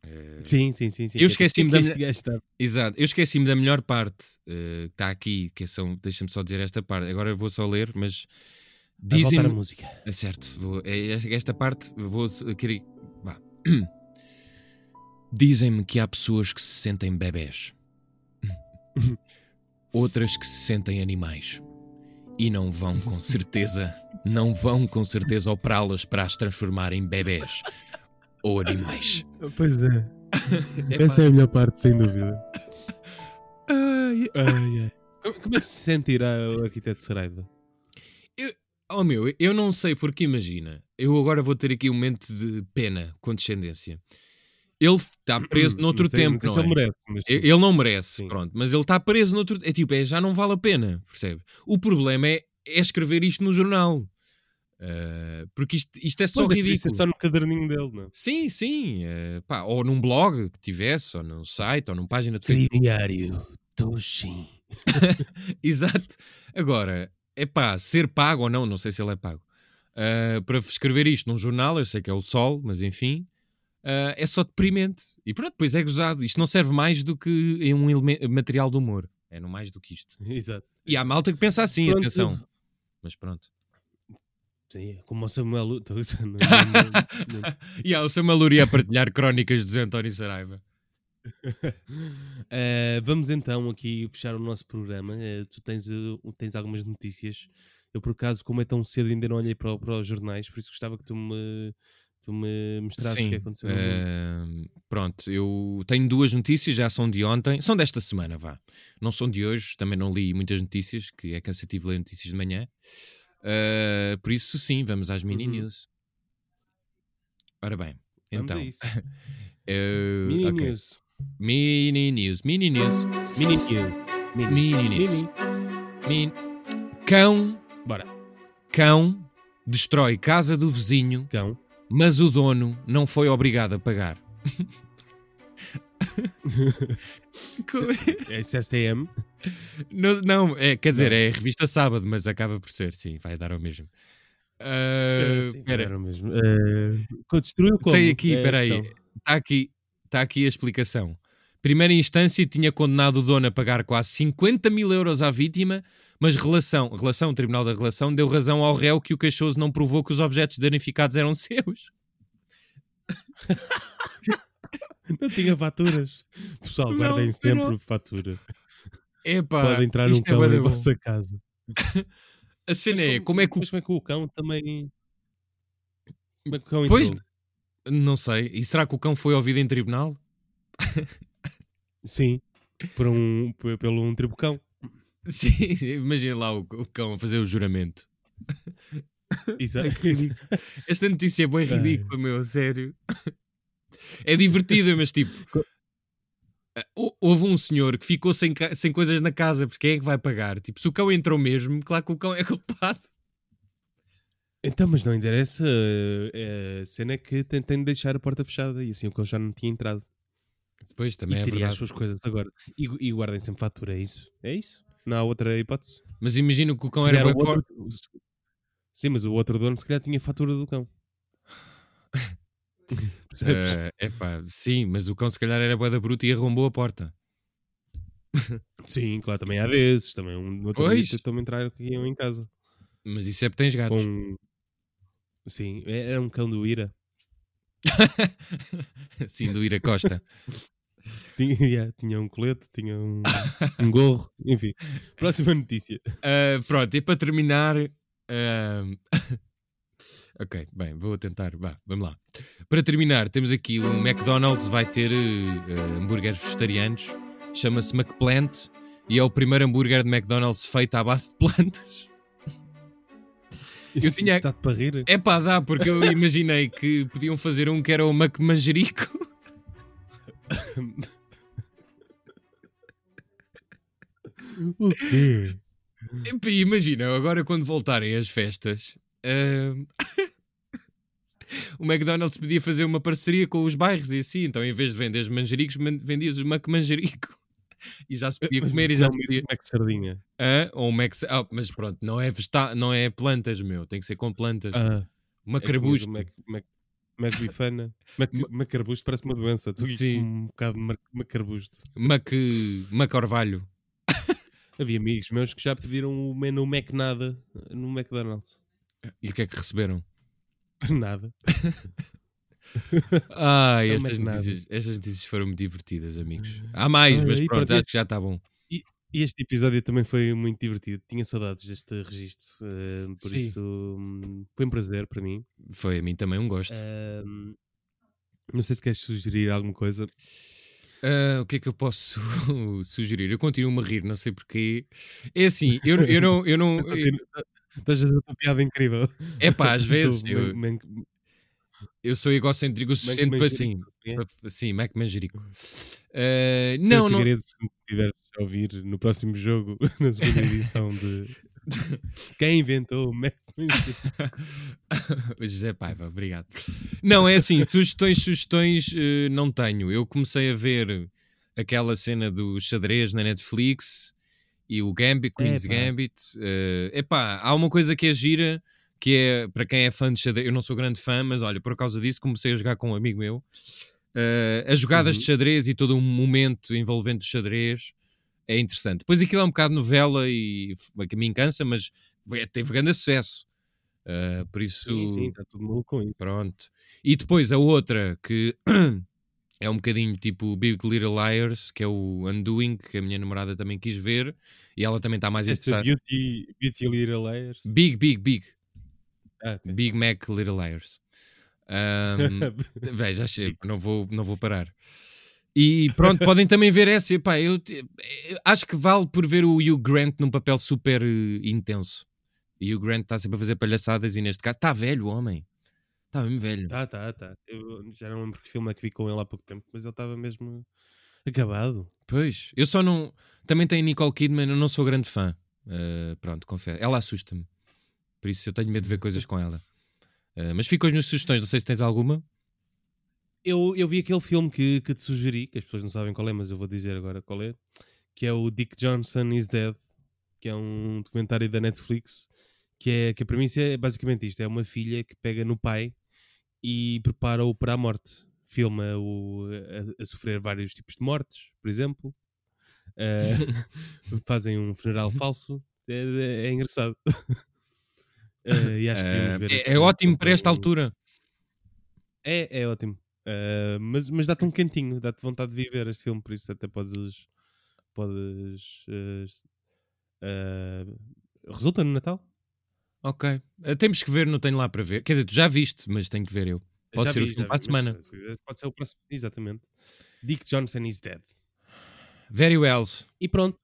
Speaker 2: Eh,
Speaker 1: Sim, sim, sim. sim.
Speaker 2: Eu esqueci-me
Speaker 1: O que é
Speaker 2: da
Speaker 1: que este gajo está-
Speaker 2: Exato, eu esqueci-me da melhor parte eh, que está aqui, que são, deixa-me só dizer esta parte, agora eu vou só ler, mas
Speaker 1: a voltar a
Speaker 2: dizem-me
Speaker 1: música.
Speaker 2: É certo, vou- é esta, esta parte vou querer. Vá. Dizem-me que há pessoas que se sentem bebés, outras que se sentem animais e não vão com certeza, não vão com certeza operá-las para as transformar em bebés ou animais.
Speaker 1: Pois é. Essa é a melhor parte, sem dúvida. Como, como é que se sentirá o arquiteto Saraiva?
Speaker 2: Oh meu, eu não sei porque imagina, eu agora vou ter aqui um momento de pena, condescendência. Ele está preso noutro
Speaker 1: não sei,
Speaker 2: tempo,
Speaker 1: não sei se
Speaker 2: não é?
Speaker 1: ele merece, mas
Speaker 2: E-
Speaker 1: sim.
Speaker 2: Ele tá não merece,
Speaker 1: Sim.
Speaker 2: pronto, mas ele está preso noutro. É tipo, é, já não vale a pena, percebe? O problema é é escrever isto no jornal. Eh, porque isto, isto é só
Speaker 1: Pois é, isso é
Speaker 2: ridículo.
Speaker 1: só no caderninho dele, não é?
Speaker 2: Sim, sim. eh, pá, ou num blog que tivesse, ou num site, ou numa página de Facebook.
Speaker 1: Triviário, Toshin.
Speaker 2: Exato. Agora, é pá, ser pago ou não, não sei se ele é pago. ah, para escrever isto num jornal, eu sei que é o Sol, mas enfim, ah, é só deprimente. E pronto, depois é gozado. Isto não serve mais do que em um eleme- material de humor. É não mais do que isto.
Speaker 1: Exato.
Speaker 2: E há malta que pensa assim,
Speaker 1: Pronto.
Speaker 2: atenção. Mas pronto.
Speaker 1: Sim, é como o Samuel Lu- Tô a gozar, não- é? não- não-
Speaker 2: E há o Samaluria a partilhar crónicas de Zé António Saraiva.
Speaker 1: Eh, vamos então aqui fechar o nosso programa. Eh, tu tens, eh, um- tens algumas notícias. Eu, por acaso, como é tão cedo, ainda não olhei para, o- para os jornais, por isso gostava que tu me, tu me mostrasses o que aconteceu. no
Speaker 2: eh,
Speaker 1: mundo.
Speaker 2: ahm, ehm, pronto, eu tenho duas notícias, já são de ontem, são desta semana, vá. Não são de hoje, também não li muitas notícias, que é cansativo ler notícias de manhã. Ah, por isso, sim, vamos às mini
Speaker 1: Uhum.
Speaker 2: news. Ora bem,
Speaker 1: Vamos a
Speaker 2: então.
Speaker 1: isso.
Speaker 2: eu-
Speaker 1: Mini
Speaker 2: ok.
Speaker 1: news.
Speaker 2: Mini news. Mini news.
Speaker 1: Mini news. Mini.
Speaker 2: Mini news.
Speaker 1: Mini.
Speaker 2: Min- Cão,
Speaker 1: Bora.
Speaker 2: cão destrói casa do vizinho,
Speaker 1: Cão.
Speaker 2: mas o dono não foi obrigado a pagar. Co-
Speaker 1: É SSTM.
Speaker 2: Não, não, é, quer dizer, é revista sábado, mas acaba por ser, sim, vai dar ao mesmo. Ah,
Speaker 1: É, Sim,
Speaker 2: espera,
Speaker 1: era o mesmo. Eh, destruiu como?
Speaker 2: tem aqui,
Speaker 1: É a
Speaker 2: espera aí,
Speaker 1: questão.
Speaker 2: está aqui, tá aqui a explicação. Primeira instância tinha condenado o dono a pagar quase 50 mil euros à vítima, mas relação, relação, o Tribunal da Relação deu razão ao réu que o queixoso não provou que os objetos danificados eram seus.
Speaker 1: Não tinha faturas. Pessoal,
Speaker 2: Não,
Speaker 1: guardem
Speaker 2: não.
Speaker 1: sempre fatura.
Speaker 2: Epá,
Speaker 1: Pode entrar um
Speaker 2: isto é
Speaker 1: cão
Speaker 2: bué
Speaker 1: na
Speaker 2: da bom.
Speaker 1: vossa casa.
Speaker 2: A cena é, como é que o
Speaker 1: Mas como é que o cão também. Como é que o cão
Speaker 2: Pois-
Speaker 1: entrou?
Speaker 2: Não sei. E será que o cão foi ouvido em tribunal?
Speaker 1: Sim. Por um, p- pelo um tribucão.
Speaker 2: Sim, imagina lá o, o cão a fazer o juramento.
Speaker 1: Exato.
Speaker 2: Esta notícia é bem
Speaker 1: Ai.
Speaker 2: ridícula, meu, a sério. É divertida, mas tipo. ah, hou- Houve um senhor que ficou sem, ca- sem coisas na casa, porque quem é que vai pagar? Tipo, se o cão entrou mesmo, claro que o cão é culpado.
Speaker 1: então, mas não interessa. eh, A cena é que tem, tem de deixar a porta fechada e assim o cão já não tinha entrado.
Speaker 2: Depois também
Speaker 1: e
Speaker 2: é
Speaker 1: teria as
Speaker 2: verdade.
Speaker 1: suas coisas agora. E, gu- e guardem sempre fatura, é isso? É isso? Não há outra hipótese.
Speaker 2: Mas imagino que o cão
Speaker 1: Se
Speaker 2: era
Speaker 1: calhar
Speaker 2: bem
Speaker 1: o
Speaker 2: forte.
Speaker 1: outro- Sim, mas o outro dono se calhar tinha fatura do cão. Percebes?
Speaker 2: Ah, epá, sim, mas o cão se calhar era boeda bruta e arrombou a porta.
Speaker 1: Sim, claro, também há vezes. Também um outro
Speaker 2: Pois.
Speaker 1: dia também entrar aqui em casa.
Speaker 2: Mas isso é porque tens gatos.
Speaker 1: Com... Sim, é- era um cão do Ira.
Speaker 2: Sim, do Ira Costa.
Speaker 1: Tinha, yeah, tinha um colete, tinha um, um gorro, enfim. Próxima notícia.
Speaker 2: Uh, pronto, e para terminar. um, ok, bem, vou tentar. Vá, vamos lá. Para terminar, temos aqui o McDonald's vai ter uh, uh, hambúrgueres vegetarianos. Chama-se McPlant e é o primeiro hambúrguer de McDonald's feito à base de plantas.
Speaker 1: Isso
Speaker 2: tinha-
Speaker 1: Está para rir.
Speaker 2: É pá, dá, porque eu imaginei que podiam fazer um que era o McMangerico.
Speaker 1: O quê?
Speaker 2: Epá, Imagina, agora quando voltarem as festas, ahm, o McDonald's podia fazer uma parceria com os bairros e assim, então em vez de vender os manjericos, man- vendias o McMangerico. E já se podia comer e já
Speaker 1: Não,
Speaker 2: se
Speaker 1: mesmo
Speaker 2: podia.
Speaker 1: como é que sardinha.
Speaker 2: Hã? ou um Mac... ah, mas pronto, não é, vegeta... não é plantas, meu, tem que ser com plantas.
Speaker 1: Ah,
Speaker 2: uma
Speaker 1: é que tinhas o
Speaker 2: carbusto.
Speaker 1: Mac, Mac, Mac bifana. Mac, macarbusto parece uma doença. Tu dizes
Speaker 2: Sim.
Speaker 1: um bocado de mac- macarbusto.
Speaker 2: Mac... Macorvalho.
Speaker 1: Havia amigos meus que já pediram o menu Mac nada eh, no McDonald's.
Speaker 2: E o que é que receberam?
Speaker 1: Nada.
Speaker 2: Ai,
Speaker 1: Não
Speaker 2: Ah, estas
Speaker 1: Mac nada.
Speaker 2: notícias, estas notícias foram muito divertidas, amigos. Há mais,
Speaker 1: Olha,
Speaker 2: mas
Speaker 1: e
Speaker 2: pronto,
Speaker 1: para ti-
Speaker 2: acho que já está bom.
Speaker 1: E este episódio também foi muito divertido. Tinha saudades deste registro. eh, por
Speaker 2: Sim.
Speaker 1: isso, hum, foi um prazer para mim.
Speaker 2: Foi a mim também um gosto.
Speaker 1: É. Ahm, não sei se queres sugerir alguma coisa.
Speaker 2: Ah, o que é que eu posso sugerir? Eu continuo-me a rir, não sei porquê. É assim, eu, eu não. Eu não eu-
Speaker 1: Estás tá, a fazer uma piada incrível.
Speaker 2: é pá, às vezes
Speaker 1: Do
Speaker 2: eu,
Speaker 1: man- man-
Speaker 2: eu sou egocêntrico o suficiente para assim.
Speaker 1: Mangerico, é?
Speaker 2: para- Sim, Mac Manjerico. Ah, não,
Speaker 1: Pedro
Speaker 2: não.
Speaker 1: Figueiredo, se me tiveres a ouvir no próximo jogo, na segunda edição de Quem inventou? Mac-
Speaker 2: José Paiva, obrigado. Não, é assim, sugestões, sugestões eh, não tenho. Eu comecei a ver aquela cena do xadrez na Netflix e o Gambit, Queen's
Speaker 1: Epá.
Speaker 2: Gambit. eh, epá, há uma coisa que é gira, que é, para quem é fã de xadrez, eu não sou grande fã, mas olha, por causa disso comecei a jogar com um amigo meu. Eh, as jogadas
Speaker 1: Uhum.
Speaker 2: de xadrez e todo o momento envolvente do xadrez é interessante. Depois aquilo é um bocado novela e f- que me encansa, mas foi- teve grande sucesso. Eh, por isso,
Speaker 1: Sim, sim, está tudo maluco com isso.
Speaker 2: Pronto. E depois a outra que é um bocadinho tipo Big Little Liars, que é o Undoing, que a minha namorada também quis ver e ela também está mais
Speaker 1: Esta
Speaker 2: interessada.
Speaker 1: Beauty, Beauty Little Layers.
Speaker 2: Big, Big, Big.
Speaker 1: Ah, ok.
Speaker 2: Big Mac Little Liars. Ahm, Véi, já chego, não vou, não vou parar. E pronto, podem também ver essa. Epá, eu, te- eu acho que vale por ver o Hugh Grant num papel super eh, intenso. E o Hugh Grant está sempre a fazer palhaçadas e neste caso está velho o homem. Está mesmo velho.
Speaker 1: Tá, tá, tá. Eu já não lembro que filme é que vi com ele há pouco tempo, mas ele estava mesmo acabado.
Speaker 2: Pois, eu só não... Também tem Nicole Kidman, eu não sou grande fã. Eh, pronto, confesso. Ela assusta-me. Por isso eu tenho medo de ver coisas com ela. Eh, mas fico com as minhas sugestões, não sei se tens alguma.
Speaker 1: Eu, eu vi aquele filme que, que te sugeri, que as pessoas não sabem qual é, mas eu vou dizer agora qual é, que é o Dick Johnson is Dead, que é um documentário da Netflix, que, é, que a premissa é basicamente isto, é uma filha que pega no pai e prepara-o para a morte. Filma-o a, a sofrer vários tipos de mortes, por exemplo. Eh, fazem um funeral falso. É, é- é engraçado. Eh, e acho que devíamos
Speaker 2: Eh,
Speaker 1: ver esse
Speaker 2: é, é
Speaker 1: filme
Speaker 2: ótimo
Speaker 1: com
Speaker 2: para esta
Speaker 1: o-
Speaker 2: altura.
Speaker 1: é, é ótimo. Ah, mas mas dá-te um cantinho, dá-te vontade de viver este filme, por isso até podes. podes ah, s- ah, resulta no Natal?
Speaker 2: Ok. Eh, Temos que ver, não tenho lá para ver. Quer dizer, tu já viste, mas tenho que ver eu. Pode
Speaker 1: Já
Speaker 2: ser o
Speaker 1: vi,
Speaker 2: filme
Speaker 1: já
Speaker 2: para a
Speaker 1: vi,
Speaker 2: semana.
Speaker 1: mas, se quiser, Pode ser o próximo, exatamente. Dick Johnson is dead.
Speaker 2: Very Wells.
Speaker 1: E pronto.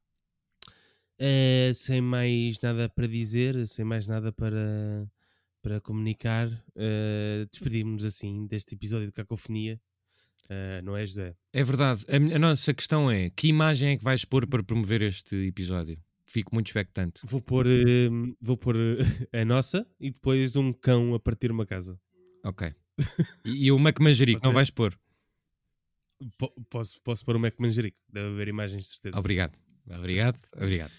Speaker 1: Eh, sem mais nada para dizer, sem mais nada para, para comunicar, eh, despedimos assim deste episódio de Cacofonia. Eh, não é, José?
Speaker 2: É verdade. A, minha- a nossa questão é: que imagem é que vais pôr para promover este episódio? Fico muito expectante.
Speaker 1: Vou pôr, eh, vou pôr eh, a nossa e depois um cão a partir uma casa.
Speaker 2: Ok. E, e o Mac Manjerico,
Speaker 1: Pode
Speaker 2: não
Speaker 1: ser.
Speaker 2: vais pôr?
Speaker 1: Po- posso, posso pôr o Mac Manjerico, deve haver imagens de certeza.
Speaker 2: Obrigado. Obrigado. Obrigado.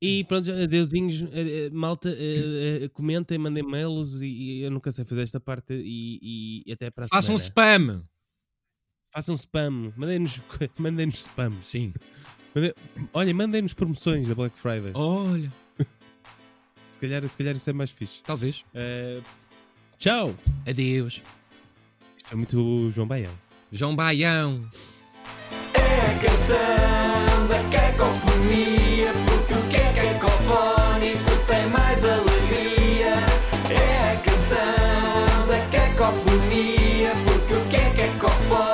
Speaker 1: E pronto, adeusinhos, eh, eh, malta, eh, eh, comentem, mandem mails e, e eu nunca sei fazer esta parte e, e até para a
Speaker 2: Façam
Speaker 1: semana.
Speaker 2: spam.
Speaker 1: Façam spam, mandem-nos mandem spam.
Speaker 2: Sim.
Speaker 1: Olha, mandem-nos promoções da Black Friday.
Speaker 2: Oh. Olha,
Speaker 1: Se, calhar, se calhar isso é mais fixe.
Speaker 2: talvez.
Speaker 1: Eh, tchau!
Speaker 2: Adeus.
Speaker 1: Isto é muito João Baião.
Speaker 2: João Baião.
Speaker 3: É a canção da cacofonia, porque o que é cacofónico tem mais alegria. É a canção da cacofonia, porque o que é cacofónico É é É é é um